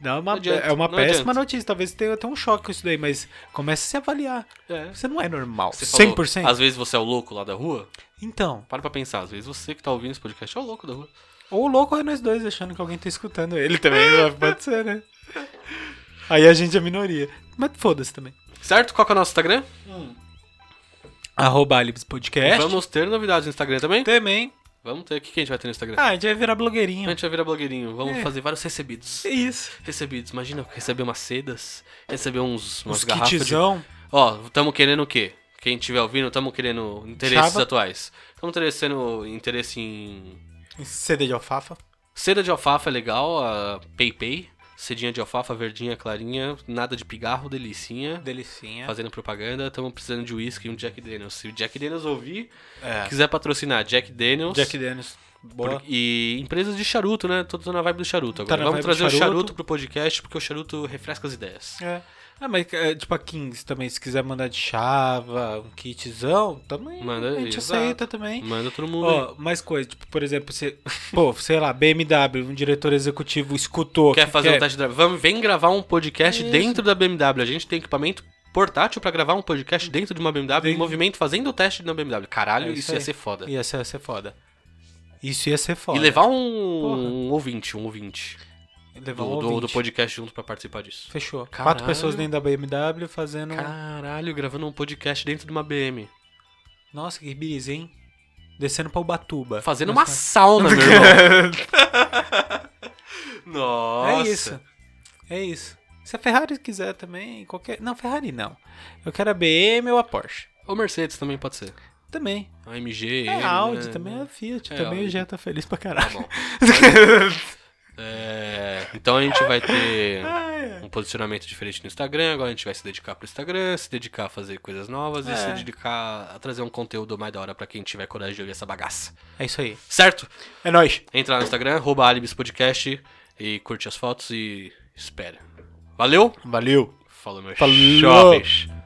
B: Não, é uma,
A: Não adianta,
B: é uma
A: não
B: péssima
A: adianta.
B: notícia. Talvez tenha até um choque com isso daí, mas comece a se avaliar.
A: É.
B: Você não é normal.
A: Você falou,
B: 100%?
A: Às vezes você é o louco lá da rua.
B: Então,
A: Para pra pensar, às vezes você que tá ouvindo esse podcast é o louco da rua.
B: ou o louco é nós dois achando que alguém tá escutando ele também. pode ser, né? Aí a gente é minoria. Mas foda-se também.
A: Certo? Qual que é o nosso Instagram?
B: Arroba Alibis Podcast. É.
A: Vamos ter novidades no Instagram também?
B: Também.
A: Vamos ter. O que que a gente vai ter no Instagram?
B: Ah, a gente vai virar
A: A
B: blogueirinho.
A: gente vai virar blogueirinho. Vamos
B: É.
A: fazer vários recebidos.
B: Isso.
A: Recebidos. Imagina receber umas sedas, receber uns, umas
B: Uns
A: garrafas. de-
B: kitzão.
A: Ó, tamo querendo o quê? Quem estiver ouvindo, tamo querendo interesses
B: Java.
A: atuais. Tamo interessando interesse em.
B: CD de alfafa.
A: Seda de alfafa é legal, a Pei Pei. Cedinha de alfafa, verdinha, clarinha, nada de pigarro, delicinha.
B: Delicinha.
A: Fazendo propaganda, estamos precisando de uísque e um Jack Daniels. Se o Jack Daniels ouvir,
B: É.
A: quiser patrocinar Jack Daniels
B: Jack Dennis. Boa. Tá
A: por- e empresas de charuto, né? Tô, tô na vibe do charuto agora.
B: na
A: Vamos
B: vibe
A: trazer
B: do
A: o charuto
B: charuto.
A: pro podcast, porque o charuto refresca as ideias.
B: É. Ah, mas é, tipo a Kings também, se quiser mandar de chava, um kitzão, também
A: Manda,
B: a gente
A: exato.
B: aceita também.
A: Manda todo mundo. aí.
B: É. Ó, mais coisa, tipo, por exemplo, você, pô, sei lá, BMW, um diretor executivo escutou.
A: Quer
B: que é?
A: fazer um test drive? Vamos, vem gravar um podcast
B: Isso.
A: dentro da BMW. A gente tem equipamento portátil pra gravar um podcast dentro de uma BMW, em
B: Dentro.
A: movimento, fazendo o teste na BMW. Caralho,
B: É
A: isso,
B: isso
A: ia
B: aí.
A: ser foda.
B: Ia ser, ia ser foda. Isso ia ser foda.
A: E levar um,
B: Porra.
A: um ouvinte, um ouvinte,
B: levar
A: do,
B: um
A: do- do
B: ouvinte.
A: podcast junto pra participar disso.
B: Fechou.
A: Caralho.
B: Quatro pessoas dentro da BMW fazendo. um
A: Caralho, gravando um podcast dentro de uma BM.
B: Nossa, que brisa, hein? Descendo pra Ubatuba.
A: Fazendo uma
B: Nossa.
A: sauna, meu irmão. Nossa.
B: É isso. É isso. Se a Ferrari quiser também, qualquer. Não, Ferrari não. Eu quero a BM ou a Porsche.
A: Ou Mercedes também pode ser.
B: Também.
A: AMG.
B: É, a Audi também,
A: é.
B: a Fiat
A: É,
B: também,
A: Audi.
B: o Jean tá feliz pra
A: Tá
B: caralho.
A: bom. É, então a gente vai ter
B: Ai,
A: um posicionamento diferente no Instagram. Agora a gente vai se dedicar pro Instagram, se dedicar a fazer coisas novas e
B: É.
A: se dedicar a trazer um conteúdo mais da hora pra quem tiver coragem de ouvir essa bagaça.
B: É isso aí.
A: Certo?
B: É nóis.
A: Entra lá no Instagram, arroba Alibis Podcast e curte as fotos e espera. Valeu?
B: Valeu.
A: Falou, meus
B: Falou.
A: jovens.